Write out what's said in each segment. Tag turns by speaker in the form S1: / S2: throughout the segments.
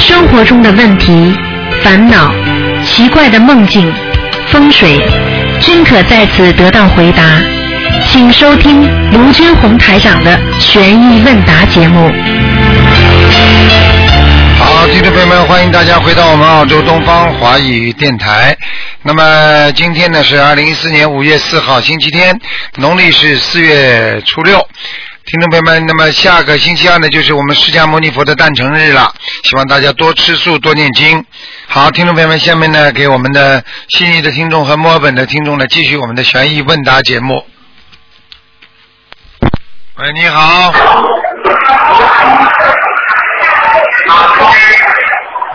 S1: 生活中的问题、烦恼、奇怪的梦境、风水，均可在此得到回答。请收听卢军红台长的《悬疑问答》节目。
S2: 好，听众朋友们，欢迎大家回到我们澳洲东方华语电台。那么今天呢是二零一四年五月四号，星期天，农历是四月初六。听众朋友们，那么下个星期二呢，就是我们释迦牟尼佛的诞辰日了，希望大家多吃素，多念经。好，听众朋友们，下面呢，给我们的悉尼的听众和墨尔本的听众呢，继续我们的悬疑问答节目。喂，你好。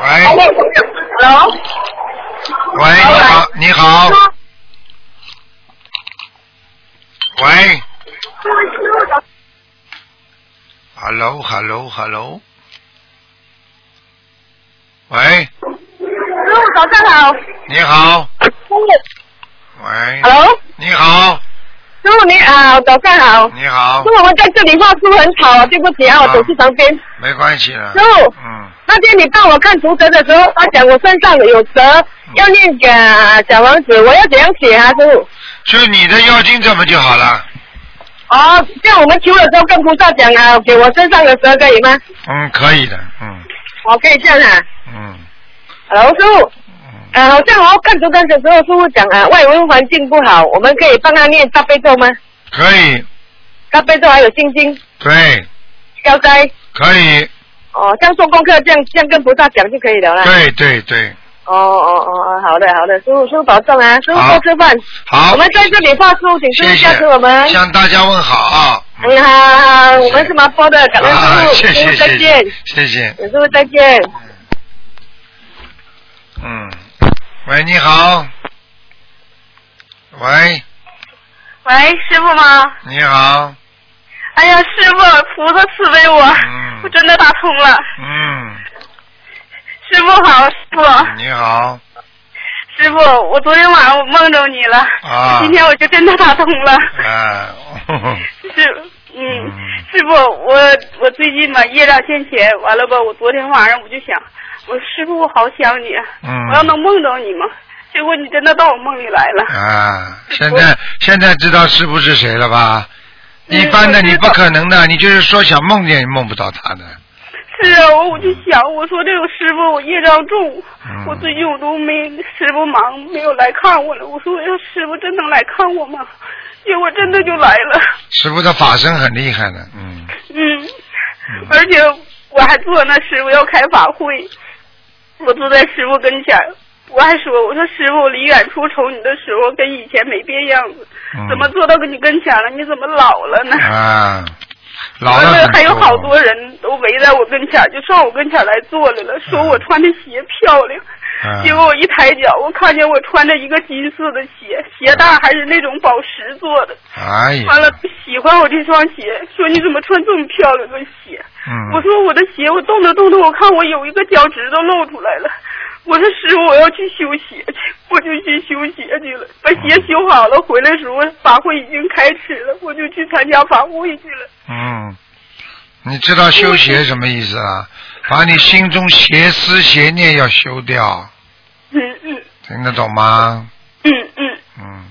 S2: 喂，
S3: Hello，
S2: 喂，你好，你好。喂，Hello，Hello，Hello。喂，嗯哎
S3: 陆早上好。
S2: 你好，喂，
S3: Hello，
S2: 你好，
S3: 师傅你好，早上好。
S2: 你好
S3: 师，傅，我们在这里话术很吵啊，对不起啊，我走去旁边。
S2: 没关系的
S3: 师。傅，
S2: 嗯，
S3: 那天你帮我看图折的时候，他讲我身上有蛇，
S2: 嗯
S3: 要念给小王子，我要怎样写啊，师傅？
S2: 就你的妖精怎么就好了？
S3: 哦，这样我们求的时候跟菩萨讲啊，给我身上的蛇可以吗？
S2: 嗯，可以的，嗯
S3: 我可以这样啊。
S2: 嗯
S3: Hello，师傅。
S2: 嗯，
S3: 呃，好像我看图看的时候，师傅讲啊，外围环境不好，我们可以帮他念大悲咒吗？
S2: 可以，
S3: 大悲咒还有心经、
S2: 对，
S3: 消灾。
S2: 可以，
S3: 哦，这样做功课，这样这样跟菩萨讲就可以了啦。
S2: 对对对，
S3: 哦哦哦，好的好的，师傅师傅保重啊，师傅
S2: 好
S3: 多吃饭。
S2: 好
S3: 我，们在这里话术，请师
S2: 谢
S3: 傅加
S2: 谢
S3: 持我们。，
S2: 向大家问好啊。嗯
S3: 嗯，好好好，我们是麻坡的，感恩
S2: 啊，
S3: 师
S2: 谢
S3: 傅，师
S2: 谢
S3: 傅再
S2: 谢
S3: 见
S2: 谢，谢谢，
S3: 师傅再见。
S2: 嗯，喂，你好，喂，
S4: 喂，师傅吗？
S2: 你好，
S4: 哎呀，师傅，菩萨慈悲我，
S2: 嗯
S4: 我真的打通了。
S2: 嗯，
S4: 师傅好，师傅，
S2: 你好，
S4: 师傅，我昨天晚上我梦着你了，
S2: 啊
S4: 今天我就真的打通了。
S2: 啊，呵呵
S4: 师傅，嗯
S2: 嗯，
S4: 师傅，我我最近吧业障现前，完了吧，我昨天晚上我就想，我师傅我好想你，啊
S2: 嗯
S4: 我要能梦着你嘛，结果你真的到我梦里来了。
S2: 啊，现在现在知道师傅是谁了吧？
S4: 嗯
S2: 一般的
S4: 我知
S2: 你不
S4: 道
S2: 可能的，你就是说想梦见也梦不到他的。
S4: 是啊，我我就想，我说这个师傅我业障重，
S2: 嗯
S4: 我最近我都没师傅忙没有来看我了。我说要师傅真能来看我吗？结果真的就来了，
S2: 师傅的法身很厉害的，嗯，
S4: 嗯，而且我还坐那师傅要开法会，我坐在师傅跟前儿，我还说我说师傅，我离远处瞅你的时候跟以前没变样子，
S2: 嗯
S4: 怎么坐到跟你跟前了？你怎么老了呢？
S2: 啊，老
S4: 完
S2: 了
S4: 了
S2: 很
S4: 嗯还有好
S2: 嗯
S4: 多人都围在我跟前儿，就上我跟前儿来坐来了，说我穿的鞋漂亮。
S2: 嗯
S4: 结果我一抬脚，我看见我穿着一个金色的鞋，鞋带还是那种宝石做的。
S2: 哎呀，
S4: 完了，喜欢我这双鞋，说你怎么穿这么漂亮的鞋？
S2: 嗯，
S4: 我说我的鞋，我动着动着，我看我有一个脚趾头露出来了。我说师傅，我要去修鞋去，我就去修鞋去了。把鞋修好了，回来时候法会已经开始了，我就去参加法会去了。
S2: 嗯，你知道修鞋什么意思啊？把你心中邪思邪念要修掉，
S4: 嗯嗯
S2: 听得懂吗？
S4: 嗯嗯，
S2: 嗯，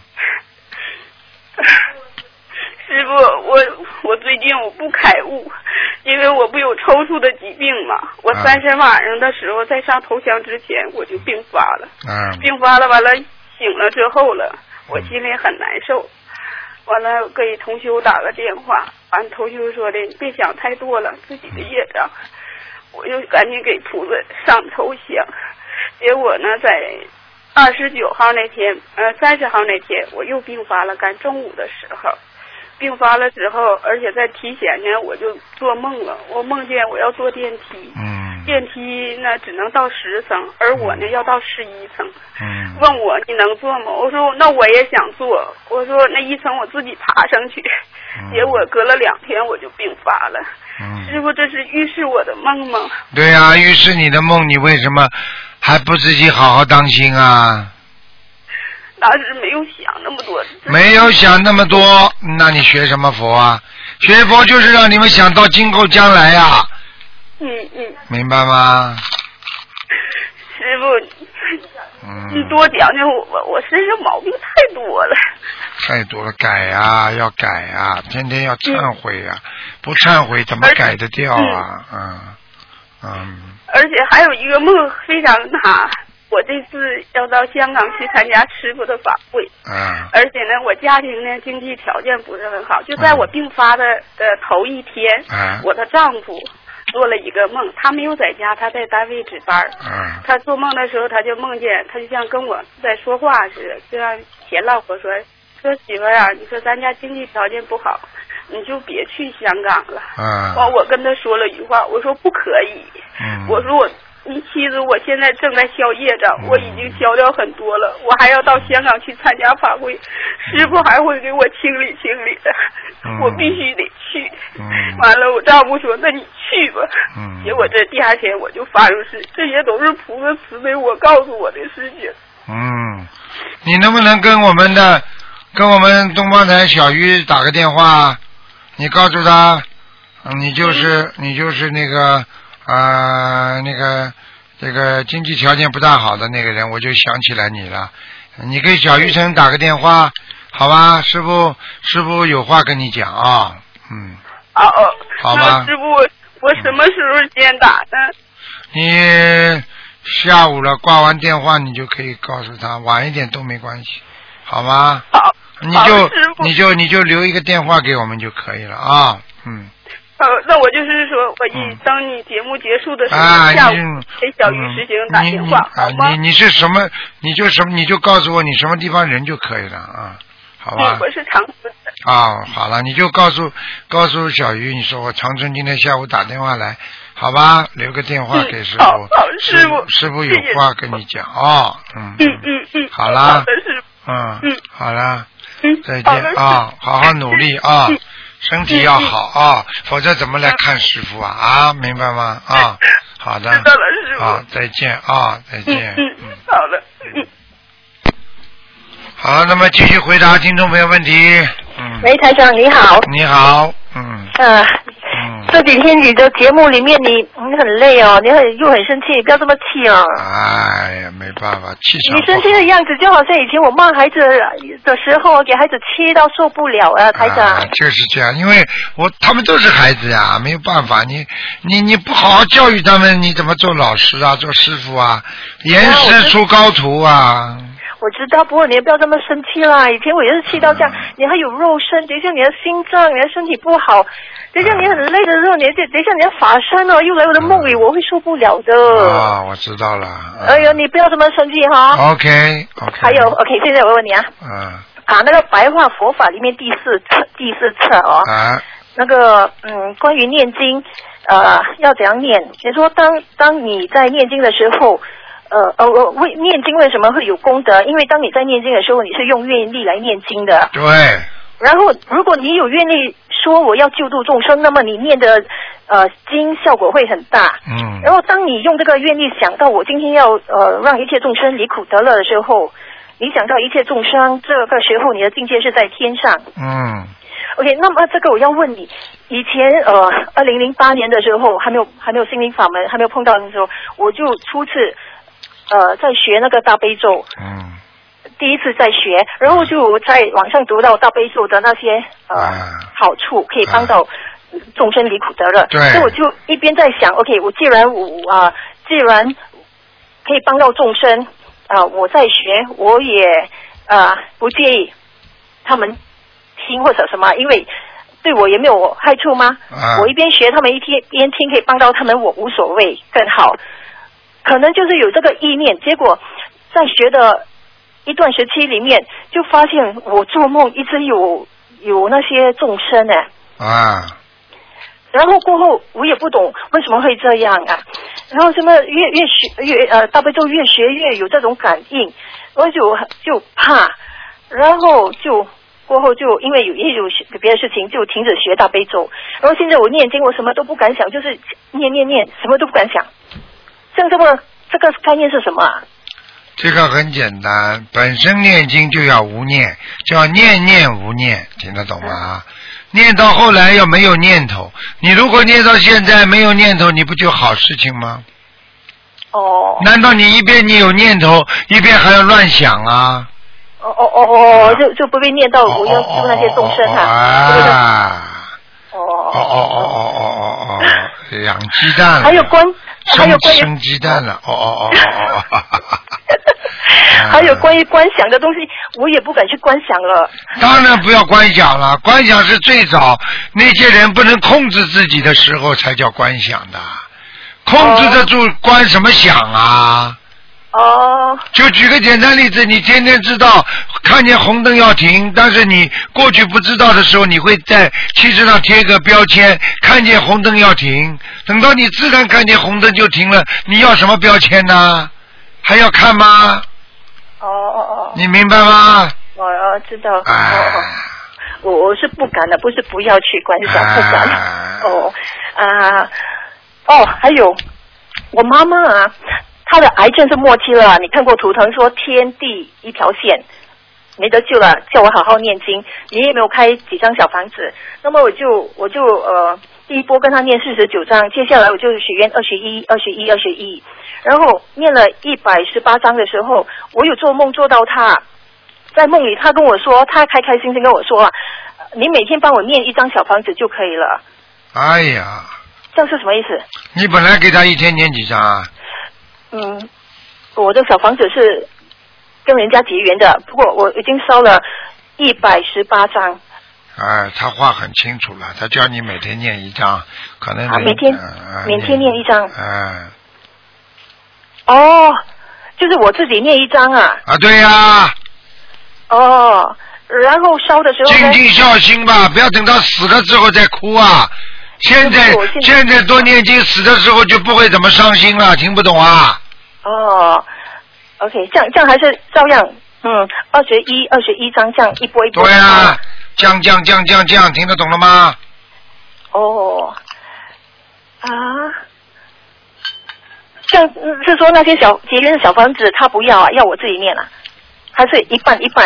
S4: 师傅，我我最近我不开悟，因为我不有抽搐的疾病嘛。我
S2: 啊
S4: 三十晚上的时候，在上头香之前我就病发了，
S2: 啊，
S5: 嗯
S4: 病发了完了醒了之后了，我心里很难受。完了给同修打个电话，完同修说的别想太多了，自己的业障。我就赶紧给菩萨上头香，结果呢，在二十九号那天，呃，三十号那天，我又病发了，赶中午的时候，病发了之后，而且在提前呢，我就做梦了，我梦见我要坐电梯，
S2: 嗯，
S4: 电梯呢只能到十层，而我呢要到十一层，
S2: 嗯，
S4: 问我你能坐吗？我说那我也想坐，我说那一层我自己爬上去，
S2: 嗯
S4: 结果隔了两天我就病发了，师
S2: 嗯，
S4: 傅这是预示我的梦吗？
S2: 对呀、啊，于是你的梦，你为什么还不自己好好当心啊？
S4: 当时没有想那么多。
S2: 没有想那么多，那你学什么佛啊？学佛就是让你们想到今后将来啊，
S4: 嗯嗯
S2: 明白吗？
S4: 你
S2: 嗯，
S4: 多讲讲我吧，我身上毛病太多了。
S2: 太多了，改呀、要改呀、天天要忏悔呀、不忏悔怎么
S4: 而且
S2: 改得掉啊？嗯嗯，
S4: 而且还有一个梦非常大，我这次要到香港去参加师傅的法会，
S2: 啊
S4: 而且呢，我家庭呢经济条件不是很好，就在
S2: 嗯
S4: 我病发的的头一天，
S2: 啊
S4: 我的丈夫做了一个梦，他没有在家，他在单位值班儿。
S2: 啊
S4: 他做梦的时候，他就梦见，他就像跟我在说话似的，就像前老婆说：“说媳妇儿啊，你说咱家经济条件不好，你就别去香港了。”完，
S2: 啊！
S4: 哦我跟他说了一句话，我说不可以，
S2: 嗯
S4: 我说我，你妻子我现在正在消业障，
S2: 嗯
S4: 我已经消掉很多了，我还要到香港去参加法会，师傅还会给我清理清理的，
S2: 嗯
S4: 我必须得去。
S2: 嗯
S4: 完了，我丈夫说：“那你去吧。
S2: 嗯
S4: 结果这第二天我就发出事，这些都是菩萨慈悲我告诉我的事情。
S2: 嗯，你能不能跟我们的跟我们东方台小鱼打个电话？你告诉他，嗯你就是你就是那个啊那个这个经济条件不大好的那个人，我就想起来你了。你给小鱼晨打个电话，好吧？师傅师傅有话跟你讲啊，嗯。
S4: 哦哦，
S2: 好
S4: 那
S2: 吧
S4: 师傅，我什么时候先打呢？
S2: 你下午了挂完电话，你就可以告诉他，晚一点都没关系，好吗？
S4: 好，
S2: 你
S4: 好
S2: 就
S4: 师傅
S2: 你就你就留一个电话给我们就可以了啊，嗯
S4: 呃，那我就是说，我一
S2: 嗯
S4: 当你节目结束的时候，
S2: 啊，
S4: 下午
S2: 你嗯
S4: 给小鱼师兄打电话，好
S2: 嗯你你啊，
S4: 吗？
S2: 你你是什么？你就什么？你就告诉我你什么地方人就可以了啊，好吧
S4: 嗯，？我是长春的。
S2: 啊，好了，你就告诉告诉小鱼，你说我长春今天下午打电话来，好吧？留个电话
S4: 嗯
S2: 给师
S4: 好
S2: 傅
S4: 好，师
S2: 师
S4: 傅
S2: 师傅
S4: 谢
S2: 有
S4: 谢
S2: 话
S4: 师
S2: 跟
S4: 傅
S2: 你讲啊，嗯
S4: 嗯嗯嗯，
S2: 好啦
S4: 好的，师傅，
S2: 嗯
S4: 嗯
S2: 好了，
S4: 嗯，
S2: 再
S4: 好的
S2: 见啊，好好努力啊
S4: 嗯，
S2: 身体要好啊，否则怎么来看师傅啊？啊，明白吗？啊，好的
S4: 嗯师傅，知，道了，师傅，
S2: 好，再见啊，再
S4: 嗯
S2: 见。
S4: 嗯，好的，嗯。
S2: 好，那么继续回答听众朋友问题。嗯，
S6: 喂，台长你好。
S2: 你好，嗯
S6: 嗯、
S2: 嗯，
S6: 这几天你的节目里面你你很累哦，你很又很生气，你不要这么气哦。
S2: 哎呀，没办法，气场
S6: 你
S2: 不
S6: 生气的样子就好像以前我骂孩子的时候，给孩子气到受不了啊，台
S2: 好
S6: 长。
S2: 啊，就是这样，因为我他们都是孩子呀，没有办法，你你你不好好教育他们，你怎么做老师啊，做师傅啊？严
S6: 啊我
S2: 师
S6: 知
S2: 出高徒啊！
S6: 我知道，不过你也不要这么生气啦。以前我也是气到这样，
S2: 嗯
S6: 你还有肉身，等一下你的心脏，你的身体不好，等一下你很累的时候，你等等一下你的法身哦，又来我的梦里，我会受不了的。
S4: 嗯
S2: 啊，我知道了。嗯
S6: 哎呦，你不要这么生气哈。
S2: OK OK。
S6: 还有，OK，现在我问你啊，
S2: 嗯
S6: 啊，那个白话佛法里面第四册，第四册哦，
S2: 啊
S6: 那个嗯，关于念经，呃，要怎样念？你说当当你在念经的时候，呃呃，我为念经为什么会有功德？因为当你在念经的时候，你是用愿力来念经的。
S2: 对，
S6: 然后，如果你有愿力说我要救度众生，那么你念的呃经效果会很大。
S2: 嗯
S6: 然后，当你用这个愿力想到我今天要呃让一切众生离苦得乐的时候，你想到一切众生，这个时候你的境界是在天上。
S2: 嗯
S6: OK，那么这个我要问你，以前呃，二零零八年的时候还没有还没有心灵法门，还没有碰到的时候，我就初次呃在学那个大悲咒，
S2: 嗯
S6: 第一次在学，然后就在网上读到大悲咒的那些呃、
S2: 啊
S6: 好处，可以帮到众生离苦得乐。
S2: 对
S6: 所以我就一边在想，OK，我既然我啊、既然可以帮到众生啊、我在学，我也啊、不介意他们听或者什么，因为。对我也没有害处吗？
S2: 啊
S6: 我一边学他们一天边听，可以帮到他们，我无所谓，更好。可能就是有这个意念，结果在学的一段时期里面，就发现我做梦一直有有那些众生呢、
S2: 啊
S6: 然后过后，我也不懂为什么会这样啊。然后什么越越学越呃大悲咒越学越有这种感应，我就就怕，然后就过后就因为有也有学别的事情就停止学大悲咒。然后现在我念经，我什么都不敢想，就是念念念，什么都不敢想。像这个这个概念是什么啊？
S2: 这个很简单，本身念经就要无念，叫念念无念，听得懂吗？念到后来要没有念头，你如果念到现在没有念头，你不就好事情吗？
S6: 哦
S2: 难道你一边你有念头，一边还要乱想啊？
S6: 哦哦哦哦，就就不被念到我要救那些众生啊。
S2: 啊！
S6: 哦
S2: 哦
S6: 哦
S2: 哦哦哦哦哦哦，养鸡蛋了。
S6: 还有关，还有
S2: 生
S6: 关于
S2: 生鸡蛋了，哦哦哦哦哦哦，
S6: 还有关于观想的东西，我也不敢去观想了。
S2: 当然不要观想了，观想是最早那些人不能控制自己的时候才叫观想的，控制得住观什么想啊？
S6: 哦
S2: 就举个简单例子，你天天知道看见红灯要停，但是你过去不知道的时候，你会在汽车上贴个标签，看见红灯要停。等到你自然看见红灯就停了，你要什么标签呢？还要看吗？
S6: 哦哦哦，
S2: 你明白吗？
S6: 我呃知道。哦
S2: 哎
S6: 哦，我我是不敢的，不是不要去观想，不敢。
S2: 哎
S6: 哦啊哦，还有我妈妈啊，她的癌症是末期了，你看过图腾说天地一条线。没得救了，叫我好好念经。你也没有开几张小房子，那么我就我就呃，第一波跟他念四十九章，接下来我就许愿二十一、二十一、二十一，然后念了一百十八章的时候，我有做梦做到他，在梦里他跟我说，他开开心心跟我说啊，你每天帮我念一张小房子就可以了，
S2: 哎呀，
S6: 这样是什么意思？
S2: 你本来给他一天念几张啊？
S6: 嗯，我的小房子是跟人家结缘的，不过我已经烧了一百十八张。
S2: 哎，他话很清楚了，他叫你每天念一张，可能
S6: 啊每天
S2: 呃
S6: 每天念一张
S2: 哎，
S6: 哦，就是我自己念一张啊。
S2: 啊，对呀、
S6: 哦，然后烧的时候
S2: 尽
S6: 呢，
S2: 尽孝心吧，不要等到死了之后再哭啊。现在
S6: 我现在
S2: 现在多念经，死的时候就不会怎么伤心了，听不懂啊？
S6: 哦，OK，这样这样还是照样，嗯，二十一二十一张这样一波一波。
S2: 对呀、啊，降降降降降，听得懂了吗？
S6: 哦，啊，这样嗯是说那些小结缘的小房子他不要啊，要我自己念啊，还是一半一半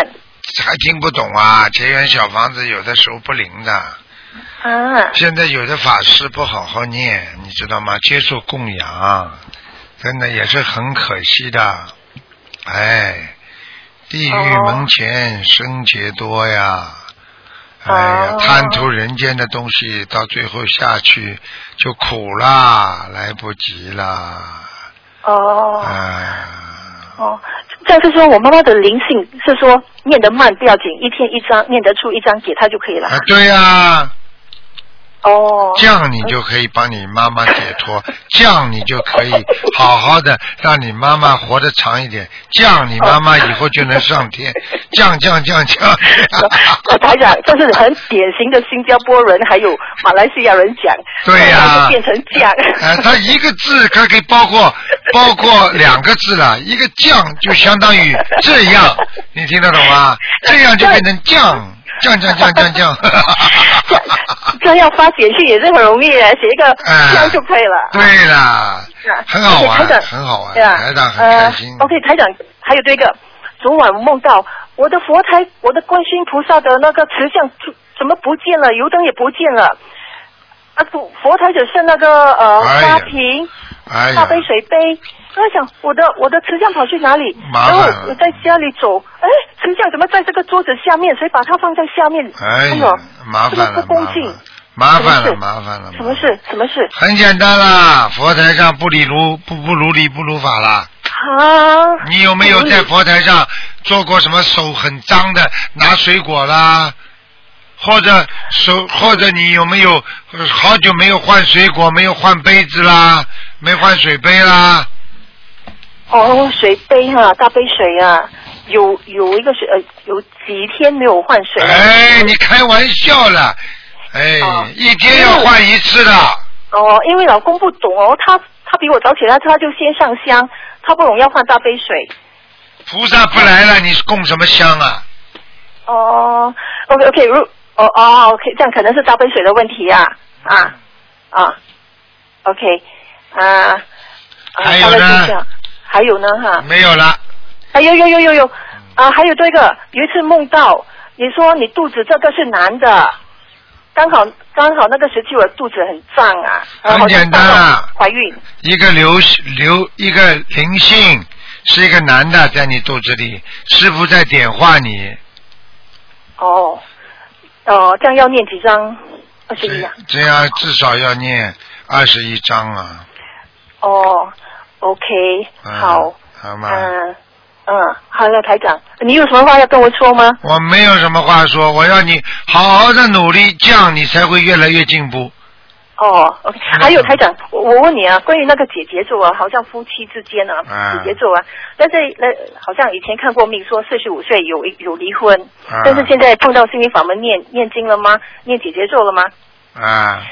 S2: 还听不懂啊？结缘小房子有的时候不灵的，
S6: 啊？
S2: 现在有的法师不好好念，你知道吗？接受供养，真的也是很可惜的。哎，地狱门前生劫多呀！哎呀
S6: 哦，
S2: 贪图人间的东西，到最后下去就苦啦，来不及啦。
S6: 哦
S2: 啊，
S6: 哦，这样是说我妈妈的灵性是说念得慢不要紧，一天一张念得出一张给她就可以了。
S2: 啊，对呀、
S6: 哦，
S2: 这样你就可以帮你妈妈解 脱，这样你就可以好好的让你妈妈活得长一点，这样你妈妈以后就能上 天，这样这样这样这样。
S6: 呃台长，这是很典型的新加坡人还有马来西亚人讲，
S2: 对呀
S6: 然后就变成这样。
S2: 哎，它一个字它可以包括包括两个字了，一个酱就相当于这样，你听得懂吗？这样就变成 酱酱酱酱酱酱。
S6: 这这样发简讯也是很容易的，写一个
S2: 哎
S6: 这样就可以了。
S2: 对啦，
S6: 是啊
S2: 很好玩
S6: 而且台长，
S2: 很好玩
S6: 对啊，
S2: 台长很开心
S6: 呃、OK，台长，还有这个，昨晚梦到我的佛台，我的观世音菩萨的那个瓷像就怎么不见了，油灯也不见了。啊，佛佛台只剩那个呃
S2: 哎呀
S6: 花瓶、
S2: 哎呀
S6: 大，杯水杯。我在想，我的我的瓷像跑去哪里？
S2: 麻
S6: 然
S2: 烦了
S6: 后我在家里走，哎，瓷像怎么在这个桌子下面？谁把它放在下面？
S2: 哎呀
S6: 呦，
S2: 麻
S6: 这
S2: 烦
S6: 个
S2: 了，
S6: 不恭敬。
S2: 麻
S6: 什么
S2: 烦了，
S6: 事
S2: 麻烦了，
S6: 什么事？什么事？
S2: 很简单啦，佛台上不理如不不如理不如法啦。
S6: 啊！
S2: 你有没有在佛台上做过什么手很脏的拿水果啦？或者手或者你有没有呃好久没有换水果，没有换杯子啦，没换水杯啦？
S6: 哦，水杯哈、大杯水啊，有有一个水呃，有几天没有换水了。
S2: 哎，你开玩笑了，哎，
S6: 哦
S2: 一天要换一次的。
S6: 哦，因为老公不懂哦，他他比我早起来，他就先上香，他不懂要换大杯水。
S2: 菩萨不来了，你供什么香啊？
S6: 哦，OK OK，如哦哦 OK，这样可能是大杯水的问题啊啊啊，OK 啊，啊
S2: 还有呢
S6: 大杯水啊还有呢哈，
S2: 没有了。
S6: 哎呦呦呦呦呦
S2: 嗯
S6: 啊，还有这个，有一次梦到你说你肚子这个是男的，刚好刚好那个时期我肚子很胀啊，然后
S2: 很简单啊
S6: 怀孕，
S2: 一个流流一个灵性是一个男的在你肚子里，师傅在点化你，
S6: 哦，哦，这样要念几张？二十一
S2: 这
S6: 啊？
S2: 这样至少要念二十一章啊，
S6: 哦，OK，
S2: 嗯、
S6: 好，，
S2: 好吗？
S6: 嗯嗯，好了，台长，你有什么话要跟我说吗？
S2: 我没有什么话说，我要你好好的努力，这样你才会越来越进步。
S6: 哦，OK，
S2: 嗯
S6: 还有台长，我我问你啊，关于那个姐姐咒啊，好像夫妻之间啊，
S2: 嗯
S6: 姐姐咒啊，但是那好像以前看过命说四十五岁有有离婚，
S2: 啊
S6: 但是现在碰到心灵法门念念经了吗？念姐姐咒了吗？
S2: 啊，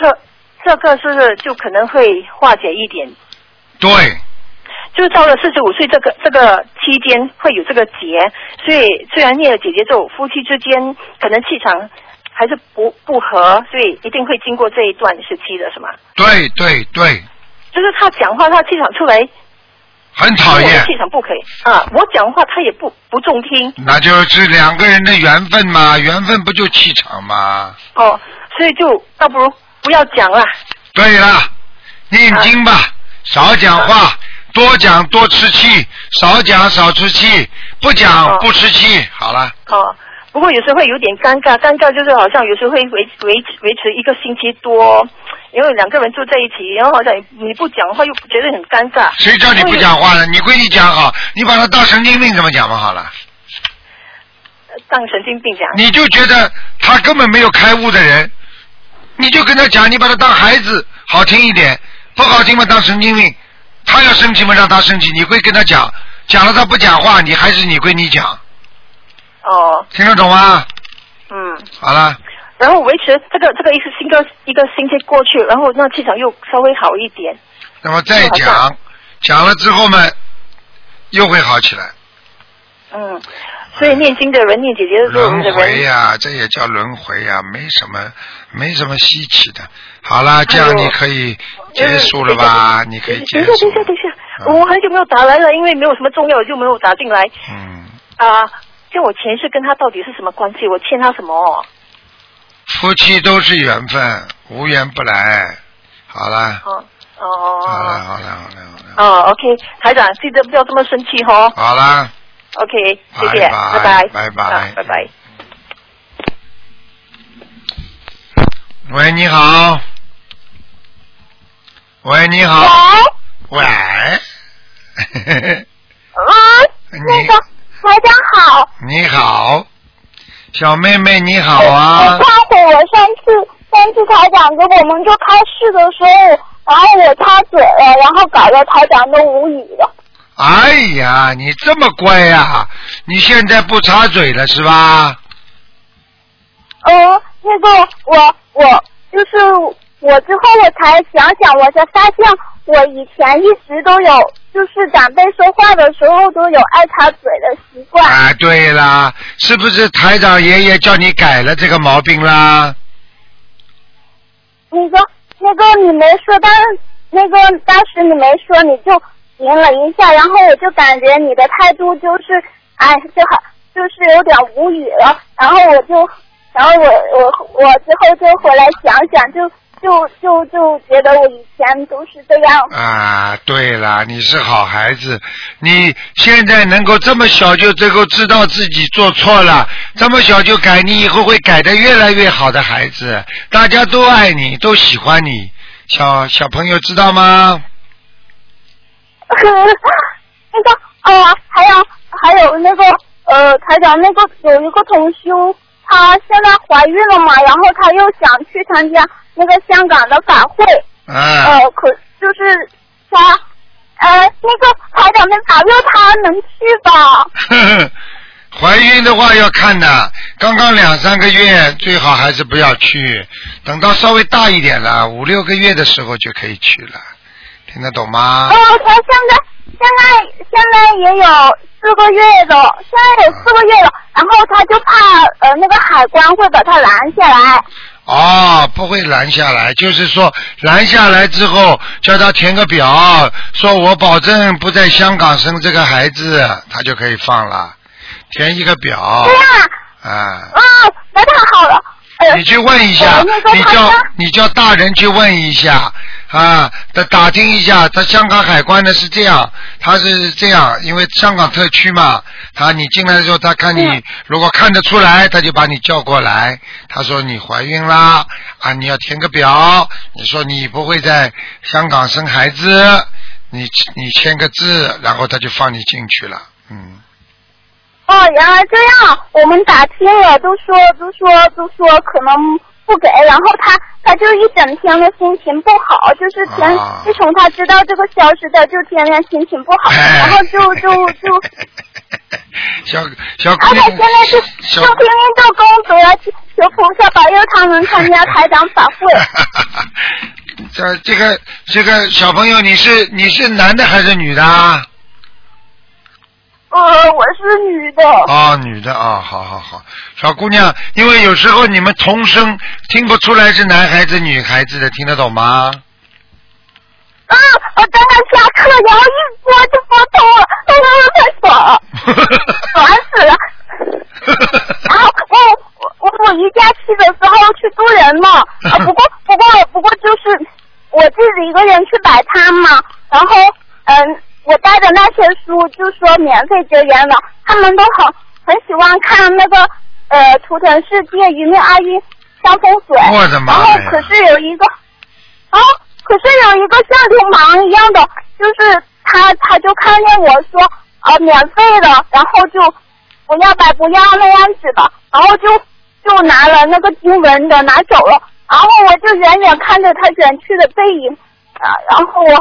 S6: 这这个是不是就可能会化解一点？
S2: 对，
S6: 就是到了四十五岁这个这个期间会有这个结，所以虽然念了姐姐咒，夫妻之间可能气场还是不不合，所以一定会经过这一段时期的，是吗？
S2: 对对对，
S6: 就是他讲话，他气场出来，
S2: 很讨
S6: 我
S2: 厌
S6: 的，气场不可以啊！我讲话他也不不中听
S2: 那就是两个人的缘分嘛，缘分不就气场嘛？
S6: 哦，所以就倒不如不要讲了。
S2: 对了，念经吧，少讲话，多讲多吃气，少讲少吃气，不讲
S6: 哦
S2: 不吃气，好了，
S6: 哦，不过有时候会有点尴尬，尴尬就是好像有时候会维维维持一个星期多，因为两个人住在一起，然后好像你不讲话又觉得很尴尬。
S2: 谁叫你不讲话了？你规矩讲好，你把他当神经病怎么讲嘛？好了。
S6: 呃？当神经病讲。
S2: 你就觉得他根本没有开悟的人，你就跟他讲，你把他当孩子，好听一点；不好听嘛，当神经病。他要生气嘛，让他生气，你会跟他讲，讲了他不讲话，你还是你归你讲，
S6: 哦，
S2: 听得懂吗？
S6: 嗯，
S2: 好了，
S6: 然后维持这个这个一个星个一个星期过去，然后那气场又稍微好一点。
S2: 那么再
S6: 好
S2: 讲，讲了之后嘛，又会好起来。
S6: 嗯，所以念经的人、念姐姐的人的
S2: 轮回
S6: 人，
S2: 呀、这也叫轮回呀、没什么，没什么稀奇的。好啦，这
S6: 哎
S2: 样
S6: 呦
S2: 你可以结束了吧？你可以结
S6: 等一
S2: 束
S6: 下，等一下，
S2: 了。
S6: 等一下，
S2: 嗯
S6: 我很久没有打来了，因为没有什么重要，我就没有打进来
S2: 嗯。
S6: 啊。就我前世跟他到底是什么关系？我欠他什么哦？
S2: 夫妻都是缘分，无缘不来。好了，
S6: 哦
S2: 啊好了，
S6: 哦
S2: 好了，好了，好了，
S6: 哦，OK，台长记得不要这么生气哦。
S2: 好了。
S6: OK，谢谢，
S2: 拜
S6: 拜拜，
S2: 拜拜拜
S6: 啊拜拜。
S2: 喂，你好。喂，你好。喂。
S5: 嗯，那个台长好，
S2: 你好，小妹妹你好
S5: 我
S2: 啊
S6: 哎
S5: 看。着我上次上次台长给我们做开示的时候，然后我插嘴了，然后搞得台长都无语了。
S2: 哎呀，你这么乖呀、你现在不插嘴了是吧？
S5: 嗯，那个我我就是我之后我才想想，我才发现我以前一直都有，就是长辈说话的时候都有爱插嘴的习惯。
S2: 啊，对啦，是不是台长爷爷叫你改了这个毛病啦？
S5: 那个那个你没说，但是那个当时你没说，你就停了一下，然后我就感觉你的态度就是，哎，就好，就是有点无语了。然后我就，然后我我我之后就回来想想，就就就就觉得我以前都是这样。
S2: 啊，对了，你是好孩子，你现在能够这么小就能够知道自己做错了，这么小就改，你以后会改得越来越好的孩子，大家都爱你，都喜欢你，小小朋友知道吗？
S5: 那个啊，还有还有那个呃，台长那个有一个同修，她现在怀孕了嘛，然后她又想去参加那个香港的法会，
S2: 啊，
S5: 呃，可就是她，呃，那个台长那法院她能去吧？
S2: 呵呵， 怀孕的话要看的，刚刚两三个月最好还是不要去，等到稍微大一点了，五六个月的时候就可以去了，听得懂吗
S5: 哦，？她现在现在现在也有四个月了，现在有四个月了，然后她就怕呃那个海关会把她拦下来。
S2: 哦，不会拦下来，就是说拦下来之后，叫他填个表，说我保证不在香港生这个孩子，他就可以放了，填一个表
S5: 对呀、哦
S2: 啊。
S5: 啊，那太好了。呃
S2: 你去问一下
S5: 我那时，候
S2: 你
S5: 他
S2: 叫
S5: 家
S2: 你叫大人去问一下啊，打打听一下，他香港海关呢是这样，他是这样，因为香港特区嘛，他你进来的时候，他看你如果看得出来，他就把你叫过来，他说你怀孕啦啊，你要填个表，你说你不会在香港生孩子，你你签个字，然后他就放你进去了，嗯。
S5: 哦，原来这样，我们打听了，都说都说都说可能不给，然后他他就一整天的心情不好，就是天，
S2: 啊
S5: 自从他知道这个消息的，就天天心情不好，
S2: 哎
S5: 然后就 就就，
S2: 小小
S5: 而且
S2: 姑娘
S5: 现在是
S2: 小
S5: 就拼命做功德，求求菩萨保佑他能参 加台长法会。
S2: 这这个这个小朋友，你是你是男的还是女的啊？
S5: 呃，我是女的，
S2: 哦，女的啊、好好好，小姑娘，因为有时候你们同声听不出来是男孩子女孩子的，听得懂吗？
S5: 啊，我刚刚下课，然后一拨就拨通了，哎呀，太爽了，爽死了。然后我我我我一假期的时候去租人嘛，啊不过不过不过就是我自己一个人去摆摊嘛，然后嗯，我带的那些书就说免费折缘了，他们都很很喜欢看那个呃图腾世界愚昧阿姨香风水，
S2: 我的妈呀
S5: 然后可是有一个啊，可是有一个像流氓一样的，就是他他就看见我说啊免费的，然后就不要吧不要那样子的，然后就就拿了那个经文的拿走了，然后我就远远看着他远去的背影，啊，然后我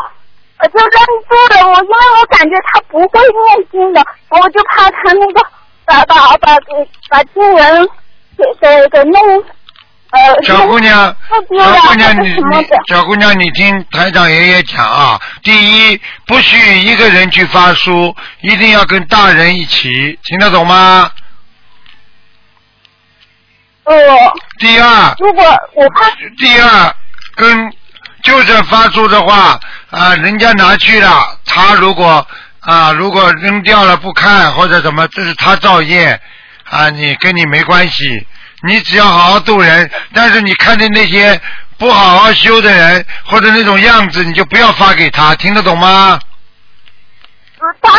S5: 我就愣住了，我因为我感觉他不会念经的，我就怕他那个把把把给把经文给给给弄呃
S2: 小姑娘，
S5: 不丢
S2: 小
S5: 了
S2: 姑 娘，你
S5: 这是什么
S2: 你
S5: 的
S2: 小姑娘，你听台长爷爷讲啊，第一，不许一个人去发书，一定要跟大人一起，听得懂吗？
S5: 呃。
S2: 第二，
S5: 如果我怕，
S2: 第二，跟就这发出的话啊，人家拿去了，他如果啊如果扔掉了不看或者怎么，这是他造业啊，你跟你没关系，你只要好好度人。但是你看见那些不好好修的人或者那种样子，你就不要发给他，听得懂吗？
S5: 呃他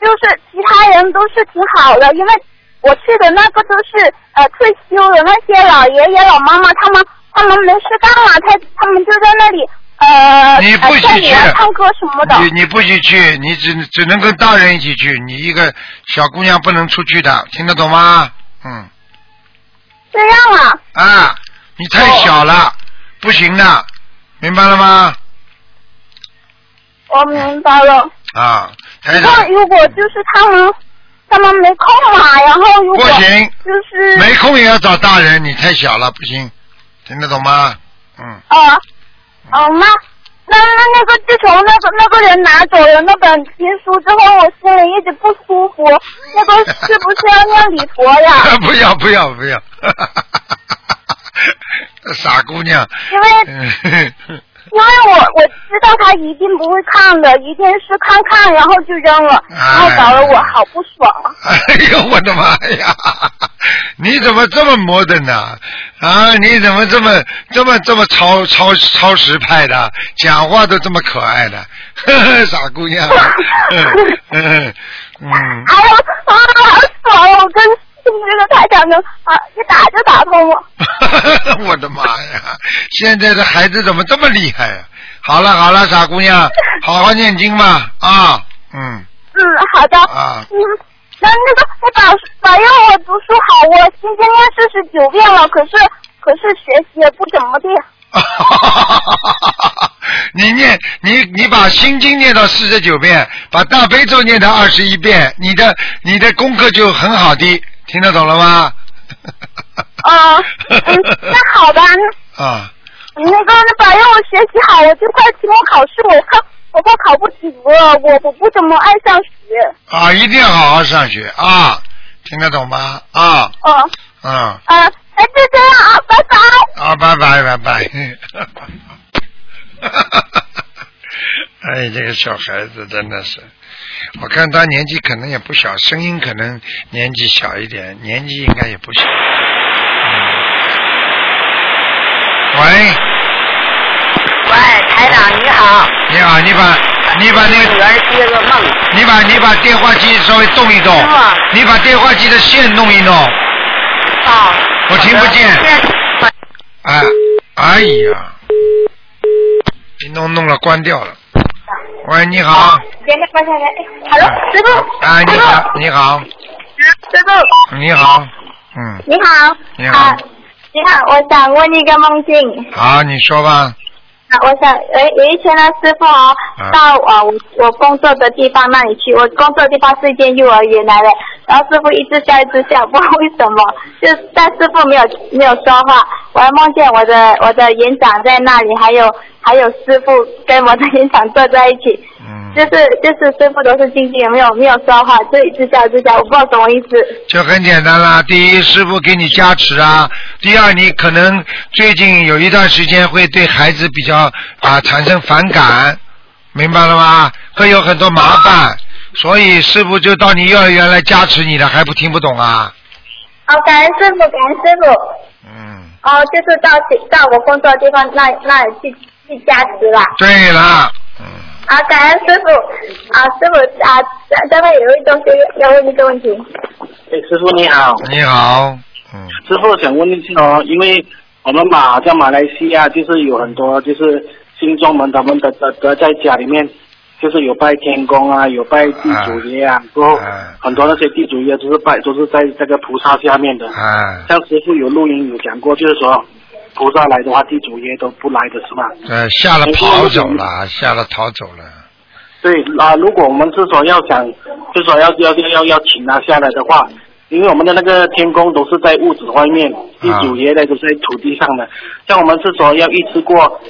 S5: 就是其他人都是挺好的，因为我去的那个都是呃退休的那些老爷爷老妈妈，他们他们没事干了，他他们就在那里呃
S2: 你不
S5: 呃
S2: 许
S5: 跳舞啊
S2: 去
S5: 唱歌什么的。
S2: 你你不许去，你只只能跟大人一起去，你一个小姑娘不能出去的，听得懂吗？嗯。
S5: 这样啊，
S2: 啊，你太小了，不行的，明白了吗？
S5: 我明白了。
S2: 啊，台长
S5: 那如果就是他们他们没空嘛，然后如
S2: 不
S5: 果
S2: 行，
S5: 就是
S2: 没空也要找大人，你太小了，不行，听得懂吗？嗯，
S5: 啊，哦，那那那那个自从那个那个人拿走了那本经书之后，我心里一直不舒服。那个是不是要念礼佛呀？
S2: 不要不要 不要，傻姑娘，
S5: 因为因为我我知道他一定不会看的，一定是看看然后就扔了，然后搞得我好不爽。啊
S2: 哎呦，我的妈呀！ 你怎么这么摩登呢？啊，你怎么这么这么这么超超超时派的？讲话都这么可爱的， 呵呵，傻姑娘。 嗯嗯 嗯，
S5: 哎呦，啊，好爽！我跟这个台长能啊一打就打通了。
S2: 我的妈呀！现在的孩子怎么这么厉害呀、好了好了，傻姑娘，好好念经吧啊，嗯
S5: 嗯，好的。
S2: 啊，
S5: 嗯，那那个我保保佑我读书好，我今天念四十九遍了，可是可是学习也不怎么地。
S2: 你念你你把心经念到四十九遍，把大悲咒念到二十一遍，你的你的功课就很好的，听得懂了吗？
S5: 啊、嗯，那好吧，
S2: 啊，
S5: 那那个保佑我学习好，我就快期末考试，我怕我怕考不及格，我我不怎么爱上学。
S2: 啊，一定要好好上学啊，听得懂吗？啊，
S5: 嗯、
S2: 嗯，
S5: 啊，那就这样啊，拜拜。
S2: 啊，拜拜拜拜。哎，这个小孩子真的是，我看他年纪可能也不小，声音可能年纪小一点，年纪应该也不小。嗯喂，
S7: 喂，台长你好，
S2: 你好，你把你把那
S7: 女
S2: 个，
S7: 儿接个梦，
S2: 你把你把电话机稍微动一动
S7: 师，傅
S2: 你把电话机的线弄一弄，
S7: 啊，
S2: 我听不见哎，哎呀，弄弄了，关掉了。喂，你好，
S5: 别再放下来。Hello，师傅。
S2: 哎，你好，你好，
S5: 师傅，
S2: 你好，嗯，
S5: 你好。
S2: 你好
S5: 啊你好，我想问一个梦境。
S2: 好，你说吧，
S5: 啊，我想，有有一天呢，师傅哦
S2: 啊，
S5: 到啊我我工作的地方那里去，我工作的地方是一间幼儿园来的，然后师傅一直笑一直笑，不知道为什么，就是但师傅没有没有说话，我还梦见我的我的园长在那里，还有还有师傅跟我的园长坐在一起，
S2: 嗯
S5: 就，是就是师傅都是静静，没有没有说话，就一直笑一直笑，我不知道什么意思。
S2: 就很简单啦。第一，师傅给你加持啊；第二，你可能最近有一段时间会对孩子比较啊产生反感，明白了吗？会有很多麻烦，所以师傅就到你幼儿园来加持你了，还不听不懂啊？
S5: 哦，感恩师傅，感恩师傅。
S2: 嗯。
S5: 哦，就是到到我工作的地方那那里去去加持啦。
S2: 对了，嗯，
S5: 啊，感恩师傅啊，师傅啊，待待会有一东西要问一个问题。
S8: 哎，师傅你好，
S2: 你好，嗯，
S8: 师傅想问一下哦，因为我们马在马来西亚就是有很多就是新中门他们的的的在家里面就是有拜天公啊，有拜地主爷啊，过后
S2: 啊
S8: 很多那些地主爷就是拜都是在这个菩萨下面的。
S2: 哎，
S8: 像师傅有录音有讲过，就是说菩萨来的话，地主爷都不来的是吧？
S2: 呃，吓了跑走了，吓了逃走了，
S8: 对啊、如果我们是说要想，就是说要要要要要请他下来的话，因为我们的那个天宫都是在屋子外面，地主爷呢都是在土地上的。像我们是说要一次过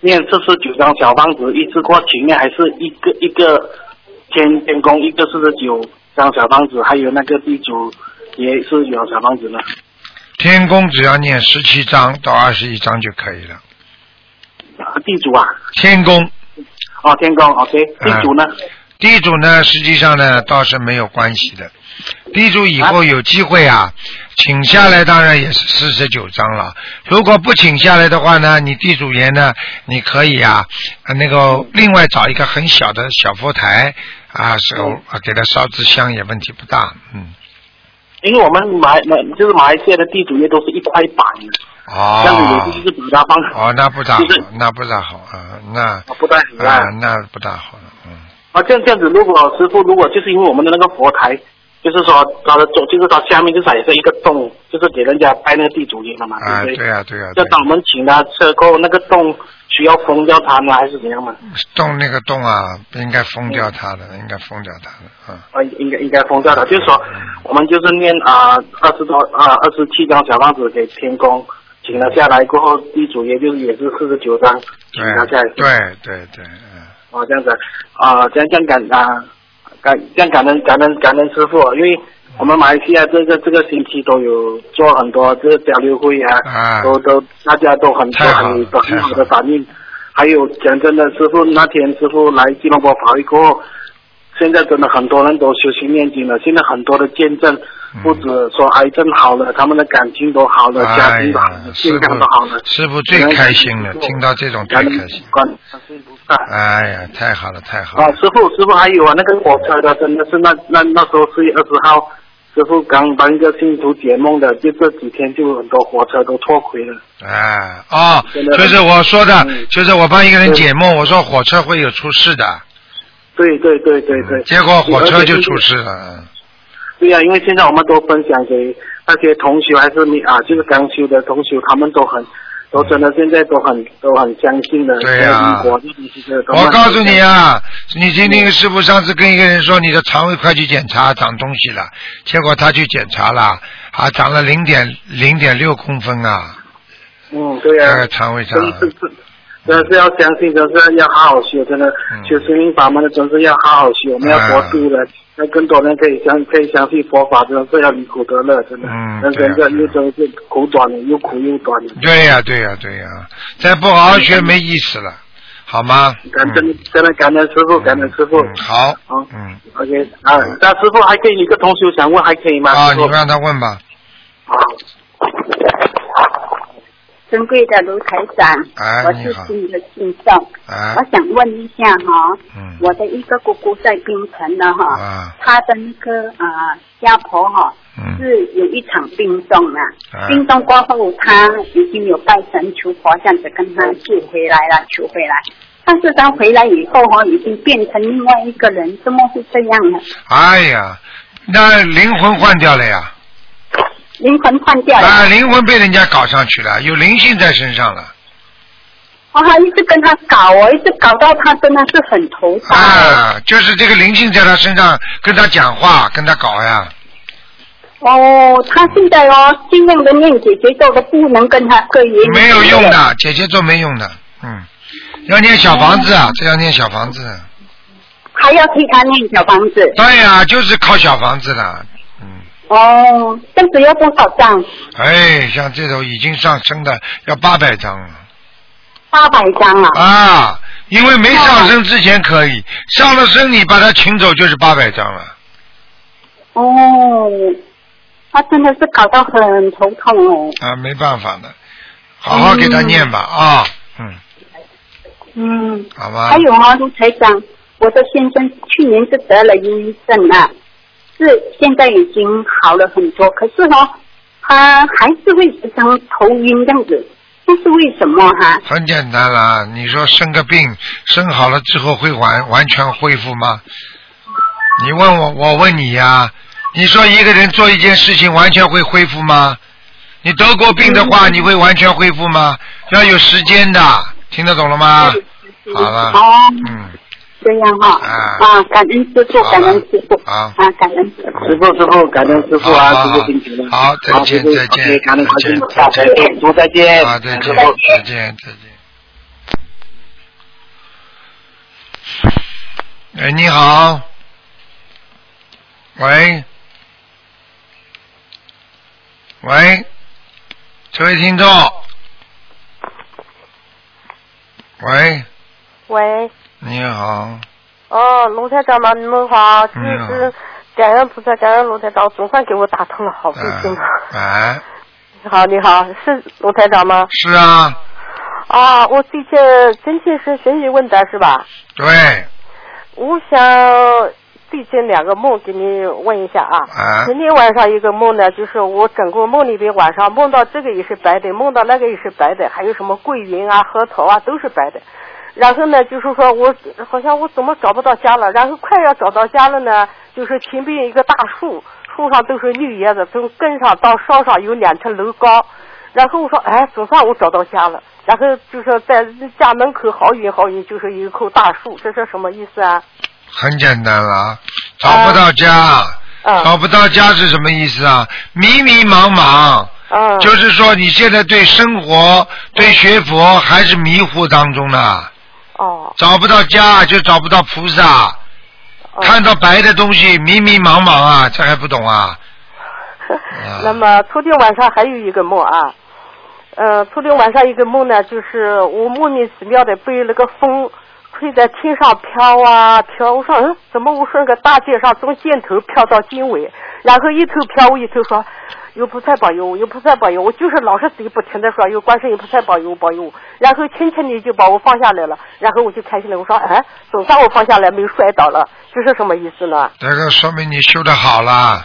S8: 念四十九张小方子，一次过请呢，还是一个一个天天宫一个四十九张小方子，还有那个地主爷是有小方子呢？
S2: 天宫只要念十七章到二十一章就可以了。
S8: 啊地主啊，
S2: 天宫
S8: 哦天宫，OK，地主呢？
S2: 啊地主呢，实际上呢倒是没有关系的。地主以后有机会啊，请下来当然也是四十九章了。如果不请下来的话呢，你地主爷呢，你可以啊，啊那个另外找一个很小的小佛台啊，手
S8: 嗯
S2: 啊给他烧支香也问题不大，嗯。
S8: 因为我们马来马就是马来西亚的地主爷都是一块板的。
S2: 哦
S8: 这样子也就是比较方便。
S2: 哦，那不大好
S8: 就是，
S2: 那不大好啊，那
S8: 啊不太好
S2: 啊
S8: 啊，
S2: 那不大好了，嗯，
S8: 啊，这样这样子，如果师傅如果就是因为我们的那个佛台，就是说它的左，就是它下面就是也是一个洞，就是给人家拜那个地主爷的嘛，
S2: 啊，
S8: 对不
S2: 对
S8: 对？
S2: 呀、对呀、
S8: 要
S2: 对
S8: 当我们请他车过后，那个洞需要封掉它吗？还是怎样嘛？
S2: 动那个洞啊，不应该封
S8: 嗯
S2: 掉它的，应该封掉它的，啊，
S8: 啊，应该应该封掉它。就是说，我们就是念啊二十多啊二十七张小房子给天公，请了下来过后，地主爷就是也是四十九张，请他下来。
S2: 对，对，对，对，嗯，
S8: 哦，这样子啊，这样这样感啊感这样感恩感恩感恩师傅，因为我们马来西亚这个这个星期都有做很多这个交流会啊，
S2: 啊
S8: 都都大家都很
S2: 太
S8: 多
S2: 好了
S8: 很多
S2: 太
S8: 很
S2: 好
S8: 好
S2: 了
S8: 的反应，还有讲真的，师傅那天师傅来吉隆坡法会过后。现在真的很多人都修心念经了，现在很多的见证
S2: 嗯，
S8: 不止说癌症好了，他们的感情都好了，家
S2: 哎
S8: 庭都好了
S2: 呀，，
S8: 健
S2: 师
S8: 康都好了
S2: 傅，，师傅最开心了，听到这种最
S8: 感恩
S2: 开心，
S8: 观世音菩萨。
S2: 哎呀，太好了，太好
S8: 啊，
S2: 了，
S8: 师傅，师傅还有啊，那个火车的真的是那那那时候四月二十号，师傅刚帮一个信徒解梦的，就这几天就很多火车都脱轨了。
S2: 哎，哦，
S8: 真的
S2: 就是我说的，
S8: 嗯
S2: 就是我帮一个人解梦，我说火车会有出事的，
S8: 对对对对对。
S2: 结果火车就
S8: 而且
S2: 出事了，嗯
S8: 对啊呀、因为现在我们都分享给那些同学，还是你啊，就是刚修的同学，他们都很，都真的现在都很都很相信的。
S2: 对呀
S8: 在英国这边其实都慢
S2: 我
S8: 慢
S2: 告诉你啊，你听
S8: 嗯
S2: 那个师傅上次跟一个人说你的肠胃快去检查长东西了，结果他去检查了，啊，长了零点零点六公分啊，
S8: 嗯，对呀、
S2: 那个哎肠胃上
S8: 真是是，真的是要相信，真是要好好修，真的
S2: 嗯哎
S8: 修心灵法门的，真是要好好修。我们要佛度的，让更多人可以相可以相信佛法，真的是要离苦得乐，真的。
S2: 嗯
S8: 那真
S2: 对啊
S8: 的又真是苦短的，又苦又短的。
S2: 对呀、对呀、对呀、再不好好学没意思了，好吗？
S8: 感真的
S2: 嗯
S8: 真的感恩师傅，感恩师傅。
S2: 嗯好
S8: 好，
S2: 嗯，
S8: OK 啊，那师傅还可以一个同修想问，还可以吗？
S2: 啊，
S8: 师
S2: 你
S8: 傅
S2: 让他问吧。
S8: 好
S9: 尊贵的卢台长，
S2: 哎
S9: 我
S2: 你
S9: 是
S2: 好
S9: 新的信众，
S2: 啊
S9: 我想问一下哈、
S2: 嗯
S9: 我的一个姑姑在冰城的哈、
S2: 啊
S9: 她的那个啊家婆哈、
S2: 嗯
S9: 是有一场病重啊，
S2: 啊
S9: 病重过后她已经有拜神求佛这样子跟她救回来了，求回来。但是她回来以后哈、已经变成另外一个人，怎么会这样呢？
S2: 哎呀，那灵魂换掉了呀，
S9: 灵魂换掉了，
S2: 啊，灵魂被人家搞上去了，有灵性在身上了，
S9: 我还一直跟哦她搞，哦我一直搞到她真的是很头大。
S2: 啊，就是这个灵性在他身上跟他讲话，跟他搞呀，
S9: 哦，他现在哦，尽量的念姐姐咒都不能跟他对爷
S2: 没有用的，姐姐做没用的，嗯，要念小房子啊，这要念小房子，
S9: 还要替他念小房子。
S2: 对呀、就是靠小房子的，
S9: 哦，这样子要多少张？
S2: 哎，像这种已经上升的要八百张了。
S9: 八百张啊！
S2: 啊，因为没上升之前可以，上了升你把它请走就是八百张了。
S9: 哦，他真的是搞到很头痛哦。
S2: 啊，没办法的，好好给他念吧、啊，嗯，
S9: 嗯，
S2: 好吧。
S9: 还有哦，卢台长，我的先生去年是得了抑郁症啊，是现在已经好了很多，可是哦，他还是会时常头晕这样子，这是为什么哈、
S2: 很简单啦，你说生个病，生好了之后会完完全恢复吗？你问我，我问你呀、你说一个人做一件事情完全会恢复吗？你得过病的
S9: 嗯
S2: 话，你会完全恢复吗？要有时间的，听得懂了
S9: 嗯
S2: 吗？好了，
S9: 哦，
S2: 嗯，
S9: 这样哈、
S2: 啊
S9: 啊，感恩师傅，感恩师傅，
S2: 好，
S9: 啊，感恩师
S8: 师傅，师傅，哦感恩师傅
S2: 好好
S8: 啊，师
S2: 好
S8: 傅辛苦了。
S2: 好再见
S8: 师父
S2: 再见
S8: ，OK，感恩
S2: 再
S8: 师
S2: 见
S8: 傅，大家祝福再见。
S2: 好，再见，再见，再见。哎，你好，喂，喂，这位听众，喂，
S10: 喂，
S2: 你好，
S10: 哦，卢台长吗？你们好，这
S2: 嗯
S10: 是感恩菩萨，感恩卢台长，总算给我打通了，好开心啊！
S2: 哎，
S10: 你好，你好，是卢台长吗？
S2: 是啊，
S10: 啊，我最近今天是悬疑问答是吧？
S2: 对，
S10: 我想最近两个梦给你问一下啊。
S2: 啊
S10: 昨天晚上一个梦呢，就是我整个梦里边晚上梦到这个也是白的，梦到那个也是白的，还有什么桂云啊、核桃啊都是白的。然后呢，就是说我好像我怎么找不到家了，然后快要找到家了呢，就是前边一个大树，树上都是绿叶子，从根上到梢上有两层楼高。然后我说，哎，总算我找到家了。然后就是在家门口好远好远，就是有一棵大树，这是什么意思啊？
S2: 很简单了啊，找不到家。
S10: 嗯
S2: 找不到家是什么意思啊？迷迷茫茫，
S10: 嗯，
S2: 就是说你现在对生活、对学佛还是迷糊当中呢，
S10: 哦，
S2: 找不到家就找不到菩萨，
S10: 哦
S2: 看到白的东西迷迷茫茫啊，这还不懂啊？
S10: 嗯那么昨天晚上还有一个梦啊，呃，昨天晚上一个梦呢，就是我莫名其妙的被那个风吹在天上飘啊飘，我说嗯，怎么我顺个大街上从箭头飘到经纬，然后一头飘我一头说。有菩萨保佑我，有菩萨保佑我，我就是老是嘴不停的说有观世音菩萨保佑我，保佑我。然后轻轻的就把我放下来了，然后我就开心了，我说哎，总算我放下来没摔倒了，这是什么意思呢？
S2: 这个说明你修的好了，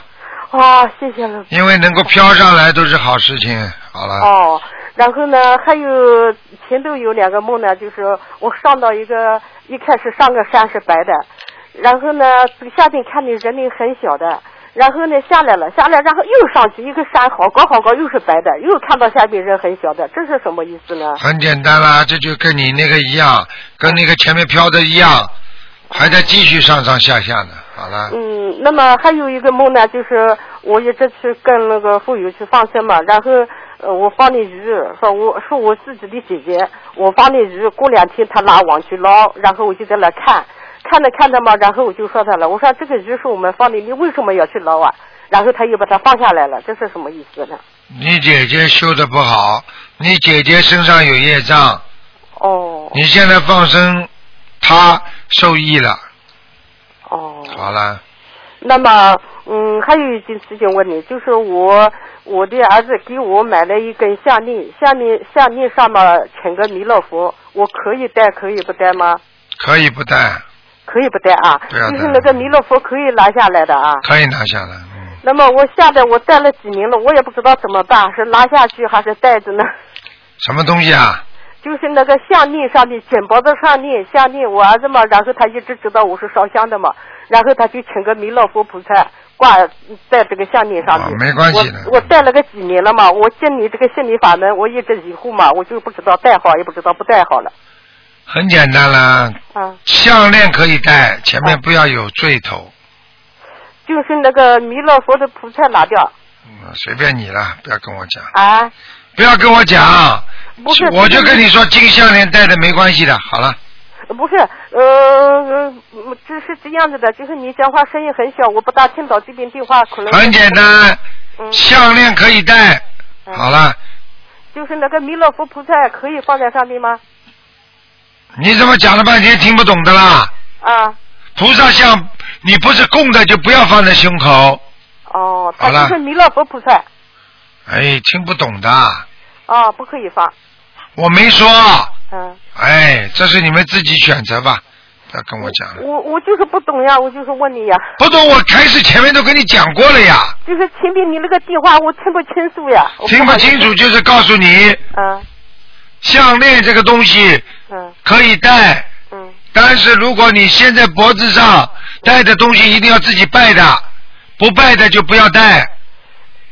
S10: 啊，谢谢 了。
S2: 因为能够飘上来都是好事情。好了，
S10: 哦，然后呢，还有前头有两个梦呢，就是我上到一个一开始上个山是白的，然后呢，这个下边看的人流很小的，然后呢下来了，下来然后又上去一个山好高好高又是白的，又看到下边人很小的，这是什么意思呢？
S2: 很简单啦，这就跟你那个一样，跟那个前面飘的一样，还在继续上上下下呢。好了，
S10: 嗯，那么还有一个梦呢，就是我一直去跟那个妇友去放生嘛，然后呃我放的鱼，说我是我自己的姐姐，我放的鱼，过两天她拿网去捞，然后我就在那看，看着看着嘛，然后我就说她了，我说啊这个鱼是我们放的，你为什么要去捞啊？然后她又把它放下来了，这是什么意思呢？
S2: 你姐姐修的不好，你姐姐身上有业障，
S10: 哦
S2: 你现在放生，她受益了。
S10: 哦，
S2: 好了，
S10: 那么，嗯，还有一件事情问你，就是我我的儿子给我买了一根项链，下面项链上面请个弥勒佛，我可以戴，可以不戴吗？
S2: 可以不戴，
S10: 可以不戴啊，
S2: 对啊
S10: 就是那个弥勒佛可以拿下来的啊。
S2: 可以拿下来。
S10: 那么我下来我戴了几年了，我也不知道怎么办，是拿下去还是戴着呢？
S2: 什么东西啊？
S10: 就是那个项链上面，紧脖子项链，项链，我儿子嘛，然后他一直知道我是烧香的嘛，然后他就请个弥勒佛菩萨挂在这个项链上面。
S2: 啊没关系的
S10: 我我戴了个几年了嘛，我进你这个心理法门，我一直以后嘛，我就不知道戴好，也不知道不戴好了。
S2: 很简单啦，
S10: 啊，
S2: 项链可以戴，前面不要有坠头，
S10: 就是那个弥勒佛的菩萨拿掉
S2: 嗯随便你了，不要跟我讲，
S10: 啊，
S2: 不要跟我讲，
S10: 不是，
S2: 我就跟你说，金项链戴的没关系的，好了，
S10: 不是，呃，呃这是这样子的，就是你讲话声音很小，我不大听到这边电话，可能
S2: 很简单，
S10: 嗯
S2: 项链可以戴，好了，
S10: 就是那个弥勒佛菩萨可以放在上面吗？
S2: 你怎么讲了半天听不懂的啦？
S10: 啊，
S2: 菩萨像你不是供的就不要放在胸口，
S10: 哦，
S2: 好了
S10: 它就是弥勒佛菩萨，
S2: 哎，听不懂的，
S10: 啊，不可以放，
S2: 我没说，
S10: 嗯，
S2: 哎，这是你们自己选择吧，不要跟我讲了。
S10: 我我就是不懂呀，我就是问你呀，
S2: 不懂，我开始前面都跟你讲过了呀，
S10: 就是前面你那个电话我听不清楚呀，我
S2: 听不
S10: 好意思
S2: 清楚就是告诉你，
S10: 嗯
S2: 项链这个东西
S10: 嗯
S2: 可以戴，
S10: 嗯，
S2: 但是如果你现在脖子上戴的东西一定要自己拜的，不拜的就不要戴。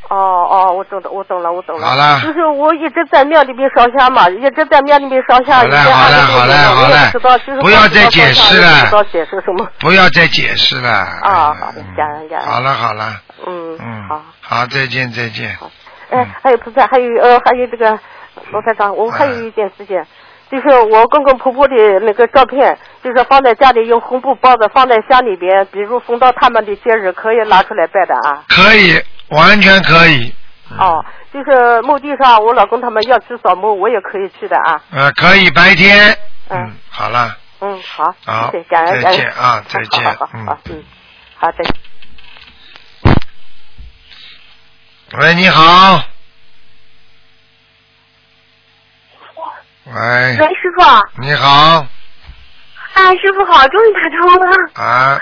S10: 哦哦，我懂了，我懂了，我懂了。
S2: 好了
S10: 就是我一直在庙里面烧香嘛，一直在庙里面烧香。
S2: 好嘞好嘞好嘞好嘞
S10: 了，知道就是
S2: 不要再解释了
S10: 不知道解释什么。
S2: 不要再解释了。
S10: 啊，好的，感恩感恩。
S2: 好了好了，
S10: 嗯，
S2: 嗯
S10: 好。
S2: 好，再见再见。嗯
S10: 哎，还有菩萨，还有呃，还有这个罗台长，我
S2: 哎
S10: 还有一件事情，就是我公公婆婆的那个照片，就是放在家里用红布包着，放在箱里边，比如逢到他们的节日，可以拿出来拜的啊。
S2: 可以，完全可以，
S10: 哦，就是墓地上，我老公他们要去扫墓，我也可以去的啊。
S2: 呃，可以白天，嗯，好了，
S10: 嗯，好，
S2: 好
S10: 谢谢，感恩，
S2: 再
S10: 感
S2: 见
S10: 恩
S2: 啊再见
S10: 好好好好，好嗯，好，再见。
S2: 喂，你好。喂，
S11: 喂，师傅啊，
S2: 你好
S11: 师傅好，终于打通了。
S2: 啊，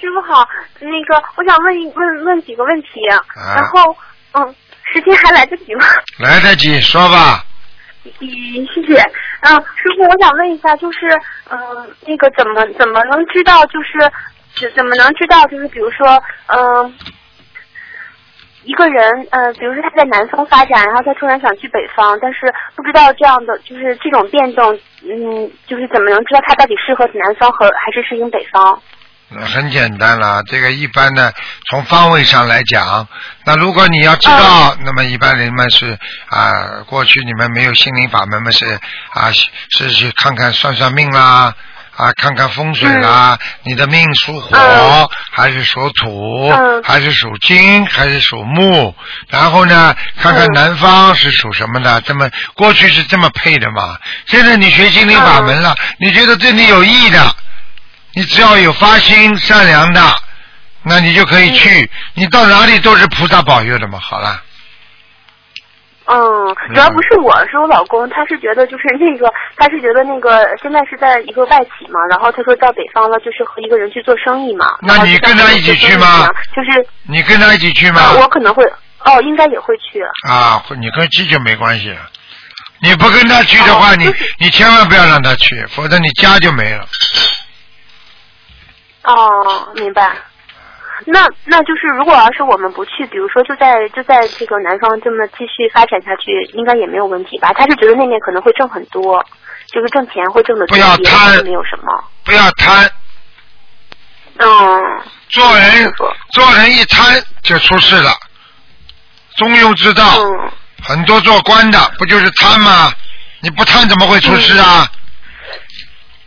S11: 师傅好，那个我想问一问问几个问题，然后嗯，时间还来得及吗？
S2: 来得及，说吧。
S11: 嗯，谢谢。嗯，师傅，我想问一下，就是嗯、那个怎么怎么能知道，就是怎怎么能知道，就是比如说嗯、一个人，呃，比如说他在南方发展，然后他突然想去北方，但是不知道这样的就是这种变动，嗯，就是怎么能知道他到底适合南方和还是适应北方？
S2: 那很简单啦，这个一般呢，从方位上来讲，那如果你要知道，那么一般人们是啊，过去你们没有心灵法门们是啊，是是去看看算算命啦，啊，看看风水啦，啊你的命属火、还是属土、还是属金还是属木，然后呢，看看南方是属什么的，这么过去是这么配的嘛，现在你学心灵法门了，你觉得对你有益的。你只要有发心善良的，那你就可以去。你到哪里都是菩萨保佑的嘛。好了，
S11: 嗯，主要不是我，是我老公，他是觉得就是那个，他是觉得那个现在是在一个外企嘛，然后他说到北方了，就是和一个人去做生意嘛。
S2: 那你跟他一起去吗？
S11: 就是呃
S2: 你跟他一起去吗？
S11: 啊我可能会哦，应该也会去。
S2: 啊，你跟去就没关系了。你不跟他去的话，你你千万不要让他去，否则你家就没了。
S11: 哦，明白。那那就是，如果要是我们不去，比如说就在就在这个南方这么继续发展下去，应该也没有问题吧？他是觉得那面可能会挣很多，就是挣钱会挣得多
S2: 不要
S11: 一点
S2: 贪
S11: 也没有什么。
S2: 不要贪，
S11: 嗯，
S2: 做人做人一贪就出事了。中庸之道，很多做官的不就是贪吗？你不贪怎么会出事啊？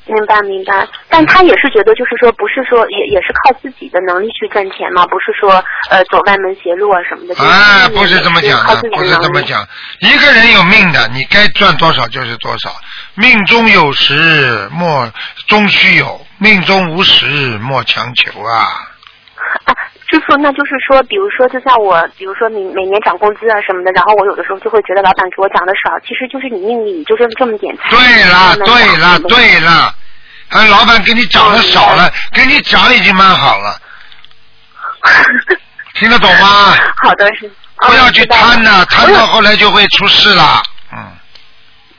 S11: 明白明白。但他也是觉得，就是说不是说也也是靠自己的能力去赚钱嘛，不是说呃走外门邪路啊什么的。
S2: 哎，
S11: 啊，
S2: 不是这么讲
S11: 靠
S2: 的
S11: 自，己
S2: 不
S11: 的
S2: 是
S11: 能
S2: 这么
S11: 力。
S2: 讲。一个人有命的，你该赚多少就是多少，命中有时莫终须有，命中无时莫强求啊。
S11: 师傅，那就是说，比如说，就像我，比如说你每年涨工资啊什么的，然后我有的时候就会觉得老板给我涨的少，其实就是你命里就这么这么点菜。
S2: 对了，对了，对了，啊，老板给你涨
S11: 嗯
S2: 的少了，给你涨已经蛮 好了，听得懂吗？
S11: 好的，是。哦
S2: 不要去贪呐、贪到后来就会出事了。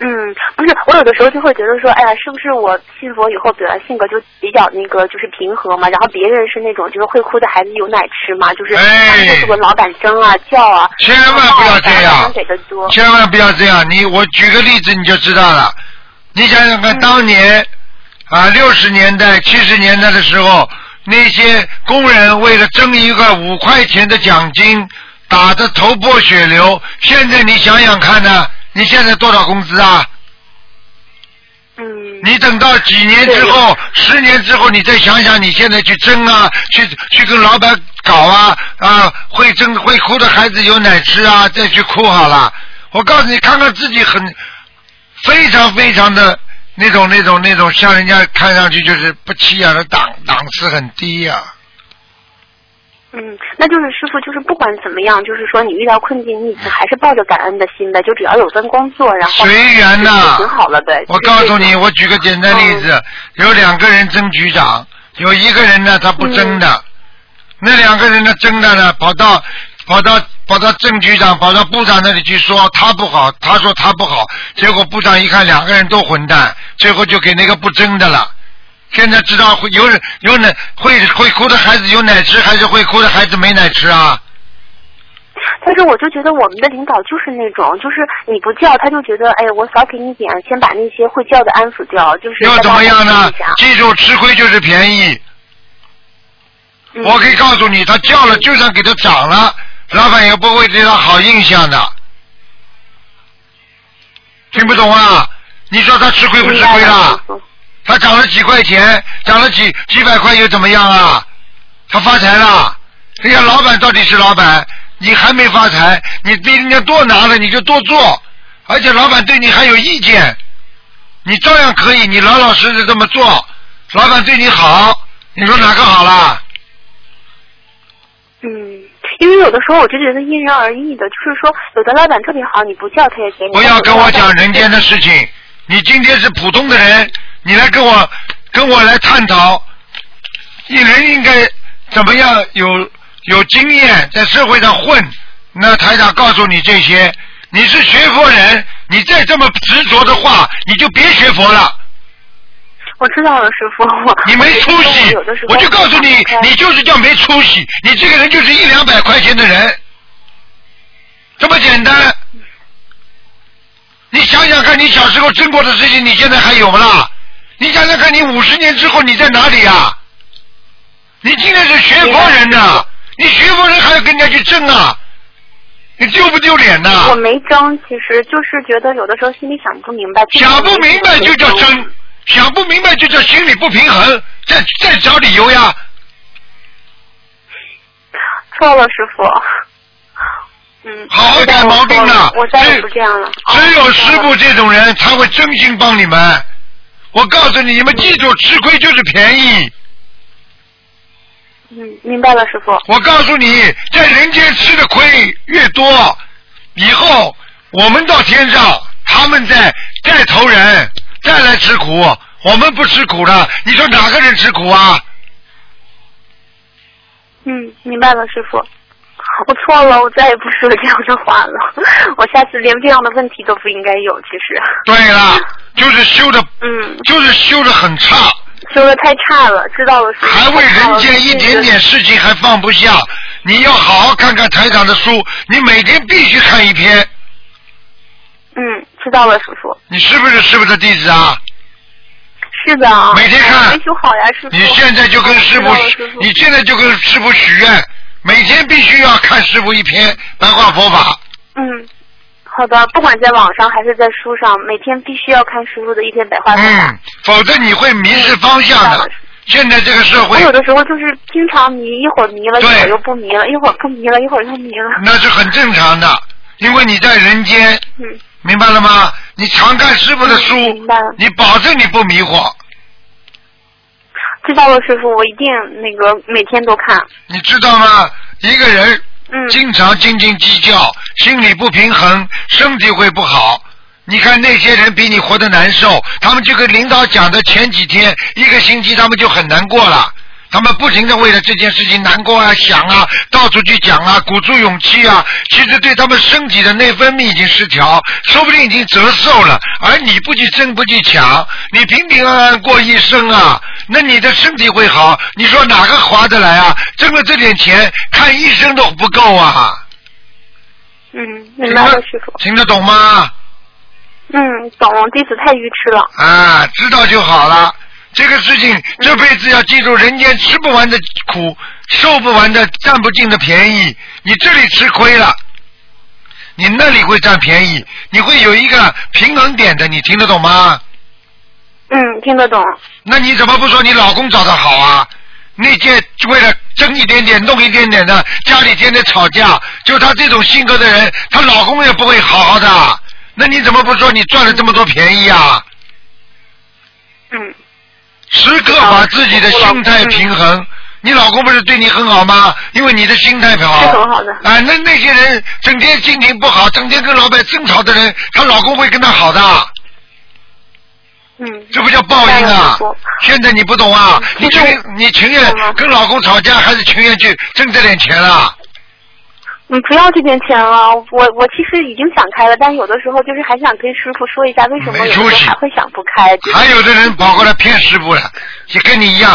S11: 嗯，不是，我有的时候就会觉得说，哎呀，是不是我信佛以后本来性格就比较那个，就是平和嘛，然后别人是那种就是会哭的孩子有奶吃嘛，就是他们就是跟老板争啊叫啊，
S2: 哎千万不要这
S11: 老
S2: 样
S11: 板给的多，
S2: 千万不要这样。你我举个例子你就知道了。你想想看，当年啊六十年代、七十年代的时候，那些工人为了争一个五块钱的奖金，打得头破血流。现在你想想看呢、你现在多少工资啊？嗯。你等到几年之后，十年之后，你再想想，你现在去争啊，去去跟老板搞啊啊，会争会哭的孩子有奶吃啊，再去哭好了。我告诉你，看看自己很非常非常的那种那种那种，像人家看上去就是不起眼的档档次很低啊呀、
S11: 嗯，那就是师傅，就是不管怎么样，就是说你遇到困境，你已经还是抱着感恩的心呗，就只要有份工作，然后
S2: 随缘呐
S11: 就挺好了呗。
S2: 我告诉你，我举个简单例子，
S11: 嗯
S2: 有两个人争局长，有一个人呢他不争的，
S11: 嗯
S2: 那两个人呢争的呢，跑到跑到跑到正局长跑到部长那里去说他不好，他说他不好，结果部长一看两个人都混蛋，最后就给那个不争的了。现在知道会有人有奶会会哭的孩子有奶吃，还是会哭的孩子没奶吃啊？
S11: 但是我就觉得我们的领导就是那种，就是你不叫他就觉得，哎，我少给你点，先把那些会叫的安抚掉，就是
S2: 要
S11: 再
S2: 怎么样
S11: 帮我
S2: 呢
S11: 们一下？啊
S2: 记住，吃亏就是便宜。
S11: 嗯
S2: 我可以告诉你，他叫了，就算给他涨了，老板也不会对他好印象的。听不懂啊？你说他吃亏不吃亏啦？
S11: 嗯
S2: 他涨了几块钱，涨了几几百块又怎么样啊？他发财了。人家老板到底是老板，你还没发财，你比人家多拿了你就多做，而且老板对你还有意见，你照样可以，你老老实实这么做，老板对你好，你说哪个好啦？
S11: 嗯，因为有的时候我就觉得因人而异的，就是说有的老板特别好，你不叫他也给你。
S2: 不要跟我讲人间的事情。你今天是普通的人，你来跟我跟我来探讨，一人应该怎么样有有经验，在社会上混。那台长告诉你这些，你是学佛人，你再这么执着的话，你就别学佛了。
S11: 我知道了，师傅。
S2: 你没出息
S11: 我有的时，候
S2: 我就告诉你
S11: 想不，开
S2: 你就是叫没出息，你这个人就是一两百块钱的人，这么简单。你想想看，你小时候争过的事情，你现在还有不啦？你想想看，你五十年之后你在哪里呀、啊你今天是学佛人呐、你学佛人还要跟人家去争啊？你丢不丢脸呐、
S11: 我没争，其实就是觉得有的时候心里想不明白。
S2: 想不明白就叫争，想不明白就叫心理不平衡，再再找理由呀。
S11: 错了，师傅。嗯。
S2: 好好改毛病了
S11: 我再也不这样了。
S2: 只有师傅这种人才会真心帮你们。我告诉你，你们记住，吃亏就是便宜。
S11: 嗯，明白了，师傅。
S2: 我告诉你，在人间吃的亏越多，以后我们到天上，他们在再投人，再来吃苦，我们不吃苦了。你说哪个人吃苦啊？
S11: 嗯，明白了，师傅。我错了，我再也不说这样的话了。 我下次连这样的问题都不应该有，其实。
S2: 对了，就是修的，
S11: 嗯，
S2: 就是修的很差。
S11: 修的太差了，知道了，师傅。
S2: 还为人间一点点事情还放不下，你要好好看看台长的书，你每天必须看一篇。
S11: 嗯，知道了，师傅。
S2: 你是不是师傅的弟子啊？
S11: 是的啊。
S2: 每天看
S11: 没修好呀，师傅。
S2: 你现在就跟师
S11: 知道
S2: 傅
S11: 了
S2: 许
S11: 师，傅
S2: 你现在就跟师傅许愿，每天必须要看师傅一篇白话佛法。
S11: 嗯，好的，不管在网上还是在书上，每天必须要看师傅的一篇白话佛法。
S2: 嗯，否则你会迷失方向的。现在这个社
S11: 我
S2: 会
S11: 有的时候就是经常迷，一会儿迷了，一会儿又不迷了，一会儿不迷了，一会儿又迷了。
S2: 那是很正常的，因为你在人间，
S11: 嗯，
S2: 明白了吗？你常看师傅的书
S11: 明白了，
S2: 你保证你不迷惑。
S11: 知道了，师傅，我一定那个每天都看。
S2: 你知道吗？一个人经常斤斤计较，心理不平衡，身体会不好。你看那些人比你活得难受，他们就跟领导讲的前几天一个星期，他们就很难过了。他们不停的为了这件事情难过啊、想啊，到处去讲啊，鼓足勇气啊。其实对他们身体的内分泌已经失调，说不定已经折寿了。而你不去争，不去抢，你平平安安过一生啊，那你的身体会好。你说哪个划得来啊？挣了这点钱，看医生都不够啊。
S11: 嗯，明白了，师傅。
S2: 听得懂吗？
S11: 嗯，懂，弟子太愚痴了。
S2: 啊，知道就好了。这个事情这辈子要记住，人间吃不完的苦，受不完的占不尽的便宜。你这里吃亏了，你那里会占便宜，你会有一个平衡点的。你听得懂吗？
S11: 嗯，听得懂。
S2: 那你怎么不说你老公找的好啊？那些为了争一点点、弄一点点的，家里天天吵架，就她这种性格的人，她老公也不会好好的。那你怎么不说你赚了这么多便宜啊？
S11: 嗯。
S2: 时刻把自己的心态平衡。你老公不是对你很好吗？因为你的心态好。
S11: 是很好的。
S2: 啊，那那些人整天心情不好，整天跟老板争吵的人，她老公会跟她好的。
S11: 嗯。
S2: 这不叫报应啊！现在你不懂啊，你情
S11: 嗯
S2: 你情愿跟老公吵架，还是情愿去挣这点钱啊？
S11: 你嗯不要这点钱了，我我其实已经想开了，但是有的时候就是还想跟师傅说一下，为什么有时候还会想不开。就是
S2: 还有的人跑过来骗师傅了，也跟你一样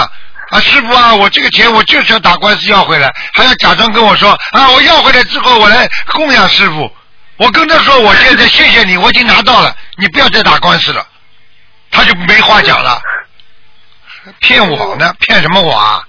S2: 啊，师傅啊，我这个钱我就是要打官司要回来，还要假装跟我说啊，我要回来之后我来供养师傅，我跟他说我现在谢谢你，我已经拿到了，你不要再打官司了，他就没话讲了，骗我呢，骗什么我啊？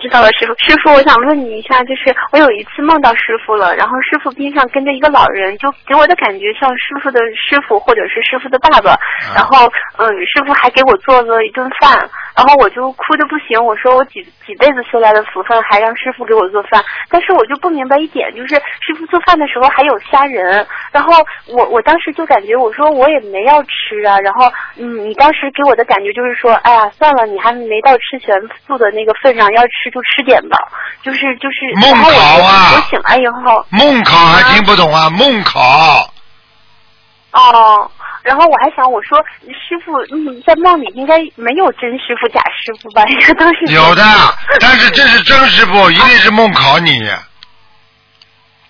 S11: 知道了，师傅。师傅，我想问你一下，就是我有一次梦到师傅了，然后师傅边上跟着一个老人，就给我的感觉像师傅的师傅或者是师傅的爸爸。然后，嗯，师傅还给我做了一顿饭，然后我就哭的不行，我说我几几辈子修来的福分，还让师傅给我做饭。但是我就不明白一点，就是师傅做饭的时候还有虾仁，然后我我当时就感觉我说我也没要吃啊，然后嗯，你当时给我的感觉就是说，哎呀，算了，你还没到吃全素的那个份上，要吃就吃点吧，就是就是。
S2: 梦
S11: 然后
S2: 考啊
S11: 我我醒来以后，
S2: 梦考还听不懂啊？梦考，
S11: 哦，然后我还想，我说师傅，嗯，在梦里应该没有真师傅、假师傅吧？ 应该都是
S2: 有的，但是这是真师傅，一定是梦考你。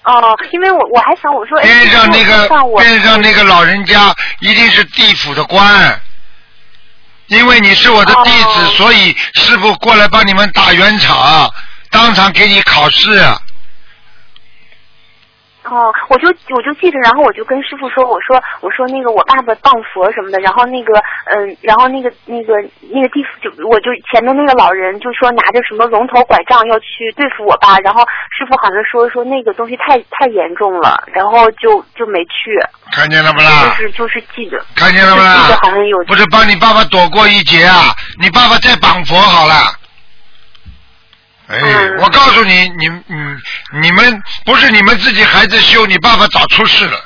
S11: 哦，因为我我还想，我说哎
S2: 边上那
S11: 师傅
S2: 个
S11: 让我
S2: 边上那个老人家一定是地府的官，因为你是我的弟子，
S11: 哦
S2: 所以师傅过来帮你们打圆场，当场给你考试。
S11: 哦，我就我就记得，然后我就跟师傅说，我说我说那个我爸爸谤佛什么的，然后那个嗯，然后那个那个那个地府就我就前面那个老人就说拿着什么龙头拐杖要去对付我爸，然后师傅好像说说那个东西太太严重了，然后就就没去，
S2: 看见了不
S11: 就
S2: 啦？
S11: 是就是记得，
S2: 看见了不
S11: 就记得
S2: 啦
S11: 好像有？
S2: 不是帮你爸爸躲过一劫啊！你爸爸再绑佛好了。哎，
S11: 嗯
S2: 我告诉你，你嗯你你们不是你们自己孩子修，你爸爸早出事了。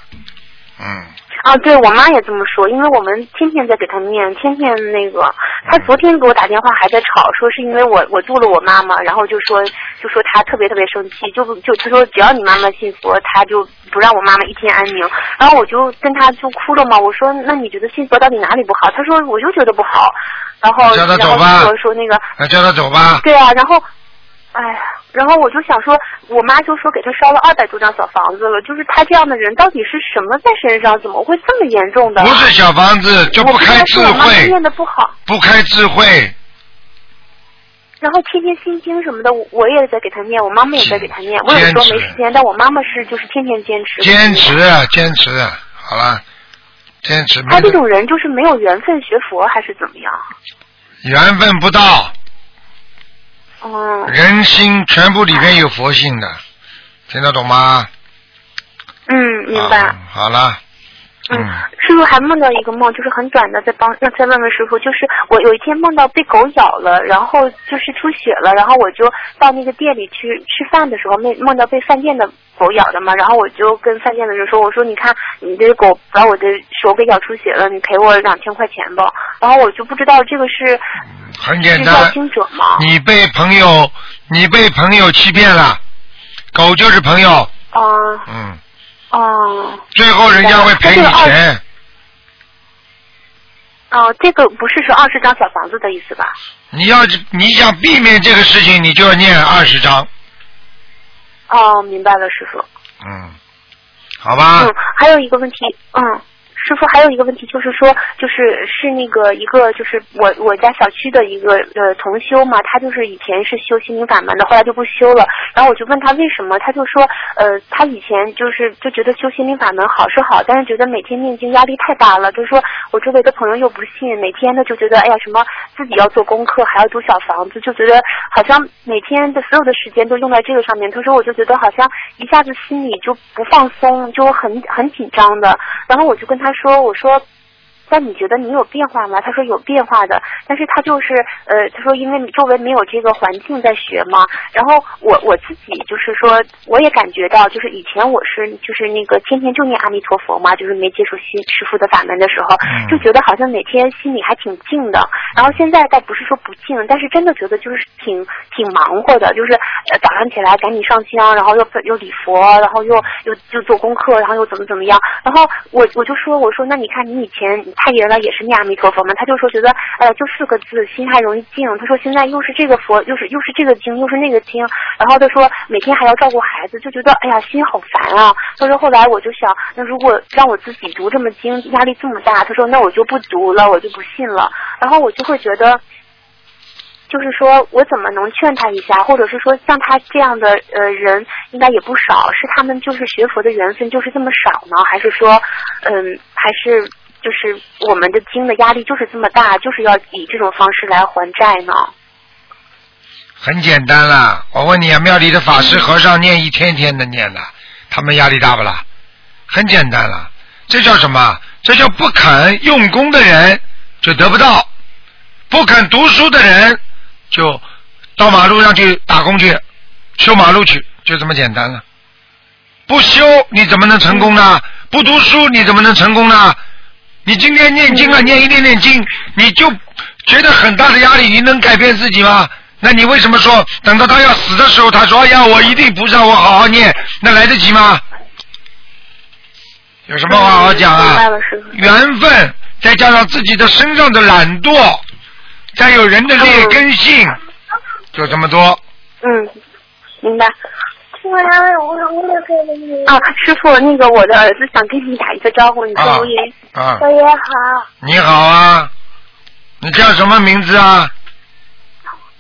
S11: 啊，对我妈也这么说，因为我们天天在给她念，天天那个，她昨天给我打电话还在吵，说是因为我我度了我妈妈，然后就说就说她特别特别生气，就就她说只要你妈妈信佛，她就不让我妈妈一天安宁。然后我就跟她就哭了嘛，我说那你觉得信佛到底哪里不好？她说我就觉得不好，然后
S2: 叫她
S11: 然
S2: 走
S11: 后
S2: 吧
S11: 说说那个
S2: 那叫他走吧。
S11: 对啊，然后，哎呀，然后我就想说，我妈就说给他烧了二百多张小房子了，就是他这样的人到底是什么在身上，怎么会这么严重的？
S2: 不是小房子就不开智
S11: 我不知道是我妈妈
S2: 慧，
S11: 念的不好，
S2: 不开智慧，
S11: 然后天天心经什么的，我我也在给他念，我妈妈也在给他念。我有
S2: 坚
S11: 时候
S2: 持
S11: 没时间，但我妈妈是就是天天坚持。
S2: 坚持。啊坚持，啊好了，坚持没
S11: 他啊这种人就是没有缘分学佛还是怎么样？
S2: 缘分不到，
S11: 嗯。
S2: 人心全部里面有佛性的，听得懂吗？
S11: 嗯，明白。
S2: 好了，
S11: 嗯，师傅还梦到一个梦，就是很短的，再帮那再问问师傅，就是我有一天梦到被狗咬了，然后就是出血了，然后我就到那个店里去吃饭的时候，梦梦到被饭店的狗咬的嘛，然后我就跟饭店的人说，我说你看你这狗把我的手给咬出血了，你赔我两千块钱吧，然后我就不知道这个是
S2: 很简
S11: 是要
S2: 单，
S11: 经者吗？
S2: 你被朋友，你被朋友欺骗了，狗就是朋友，
S11: 啊
S2: 嗯，
S11: 哦，
S2: 最后人家会赔
S11: 那这
S2: 你
S11: 个二
S2: 钱，
S11: 哦，这个不是说二十张小房子的意思吧？
S2: 你要你想避免这个事情，你就要念二十章，
S11: 哦，明白了，师傅。
S2: 嗯，好吧，
S11: 嗯，还有一个问题，嗯，师傅还有一个问题就是说，就是是那个一个就是我我家小区的一个呃同修嘛，他就是以前是修心灵法门的，后来就不修了。然后我就问他为什么，他就说呃他以前就是就觉得修心灵法门好是好，但是觉得每天念经压力太大了，就是说我周围的朋友又不信，每天呢就觉得哎呀什么自己要做功课，还要租小房子，就觉得好像每天的所有的时间都用在这个上面。他说我就觉得好像一下子心里就不放松，就很很紧张的。然后我就跟他说，我说。但你觉得你有变化吗？他说有变化的，但是他就是呃，他说因为周围没有这个环境在学嘛，然后我我自己就是说，我也感觉到，就是以前我是就是那个天天就念阿弥陀佛嘛，就是没接触新师傅的法门的时候，就觉得好像每天心里还挺静的。然后现在倒不是说不静，但是真的觉得就是挺挺忙活的，就是呃早上起来赶紧上香，然后又又礼佛，然后又又就做功课，然后又怎么怎么样。然后我我就说我说那你看你以前太原来也是念阿弥陀佛嘛，他就说觉得哎呀就四个字心态容易静，他说现在又是这个佛又是又是这个经又是那个经，然后他说每天还要照顾孩子，就觉得哎呀心好烦啊。他说后来我就想，那如果让我自己读这么经，压力这么大，他说那我就不读了，我就不信了。然后我就会觉得。就是说我怎么能劝他一下，或者是说像他这样的呃人应该也不少，是他们就是学佛的缘分就是这么少呢，还是说，嗯，还是就是我们的经的压力就是这么大，就是要以这种方式来还债呢？
S2: 很简单啦。我问你啊，庙里的法师和尚念一天一天的念的，他们压力大不啦？很简单啦，这叫什么？这叫不肯用功的人就得不到，不肯读书的人就到马路上去打工去，修马路去，就这么简单了。不修你怎么能成功呢？不读书你怎么能成功呢？你今天念经啊，念一念念经，你就觉得很大的压力，你能改变自己吗？那你为什么说等到他要死的时候，他说：“哎呀，我一定不让我好好念，那来得及吗？”有什么话好讲
S11: 明
S2: 啊
S11: 白？了，师傅。
S2: 缘分，再加上自己的身上的懒惰，再有人的劣根性，就这么多。
S11: 嗯，明白。啊，师傅，那个我的儿子想跟你打一个招呼，你
S2: 啊
S11: 说吴云。
S2: 啊，
S11: 爷好，
S2: 你好啊，你叫什么名字啊？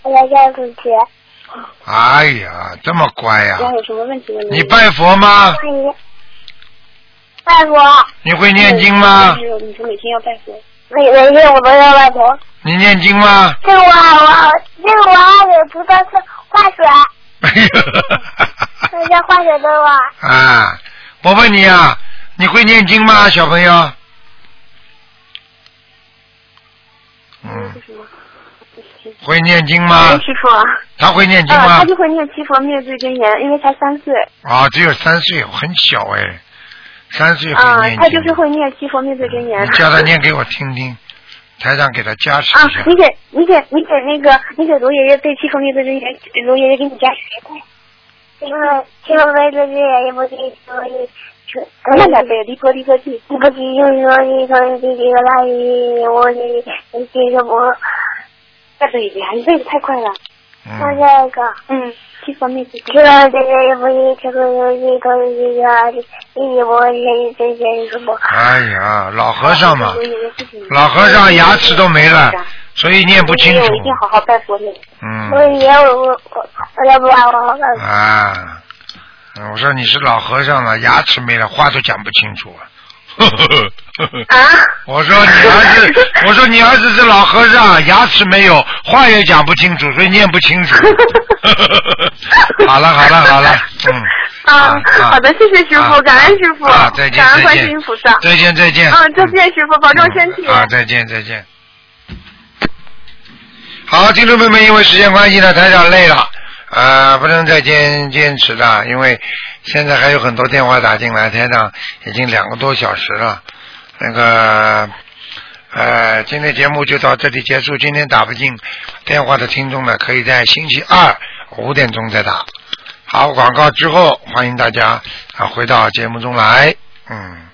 S11: 我来叫主角。
S2: 哎呀，这么乖哎啊呀、
S11: 要有什么问题问
S2: 你拜佛吗？
S11: 拜佛。嗯
S2: 你会念经吗？
S11: 你说每天要拜佛。每每天我都要拜佛。
S2: 你念经吗？
S11: 这个我我这个我还有葡萄是化学，
S2: 哎
S11: 那叫化学的哇。
S2: 啊，我问你啊，你会念经吗，小朋友？嗯，会念经吗？
S11: 师傅啊。
S2: 他会念经
S11: 呃，
S2: 吗
S11: 他？就会念七佛灭罪真言，因为才三岁。
S2: 啊，只有三岁，很小哎，三岁
S11: 啊
S2: 会，念
S11: 他
S2: 经。
S11: 就是会念七佛灭罪真言。
S2: 你叫他念给我听听，台长给他加持
S11: 啊
S2: 一下，。
S11: 你给你给你给那个你给卢爷爷背七佛灭罪真言，卢爷爷给你加十块。嗯，七佛灭罪真言也不是一说一。慢点背，离佛离佛地，离佛地，又说一说一一个大一，我一一个我。再背一遍，你背的太快了。那
S2: 嗯，
S11: 这个，嗯，七佛灭罪。这个这个也不一，这个又一个一个一我一这些什么？
S2: 哎呀，老 和尚嘛，
S11: 我以为自己
S2: 老和尚牙齿都没了，所以念不清楚
S11: 我。一定好好拜佛的。
S2: 嗯。
S11: 我以为我我我要不好好拜佛。
S2: 啊，嗯我说你是老和尚了，牙齿没了，话都讲不清楚啊。
S11: 啊？
S2: 我说你儿子，我说你儿子是老和尚，牙齿没有，话也讲不清楚，所以念不清楚。好了好了好了，嗯，
S11: 啊，好的，谢谢师傅，感恩师傅，
S2: 啊再见
S11: 感恩观
S2: 再
S11: 世
S2: 见
S11: 音菩萨。
S2: 再见再见
S11: 嗯，再见，师傅，保重身体。
S2: 啊，再见再见。好，听众朋友们，因为时间关系呢，台长累了，呃，不能再坚坚持了，因为现在还有很多电话打进来，台长已经两个多小时了，那个。呃，今天节目就到这里结束。今天打不进电话的听众呢，可以在星期二五点钟再打。好，广告之后，欢迎大家啊回到节目中来，嗯。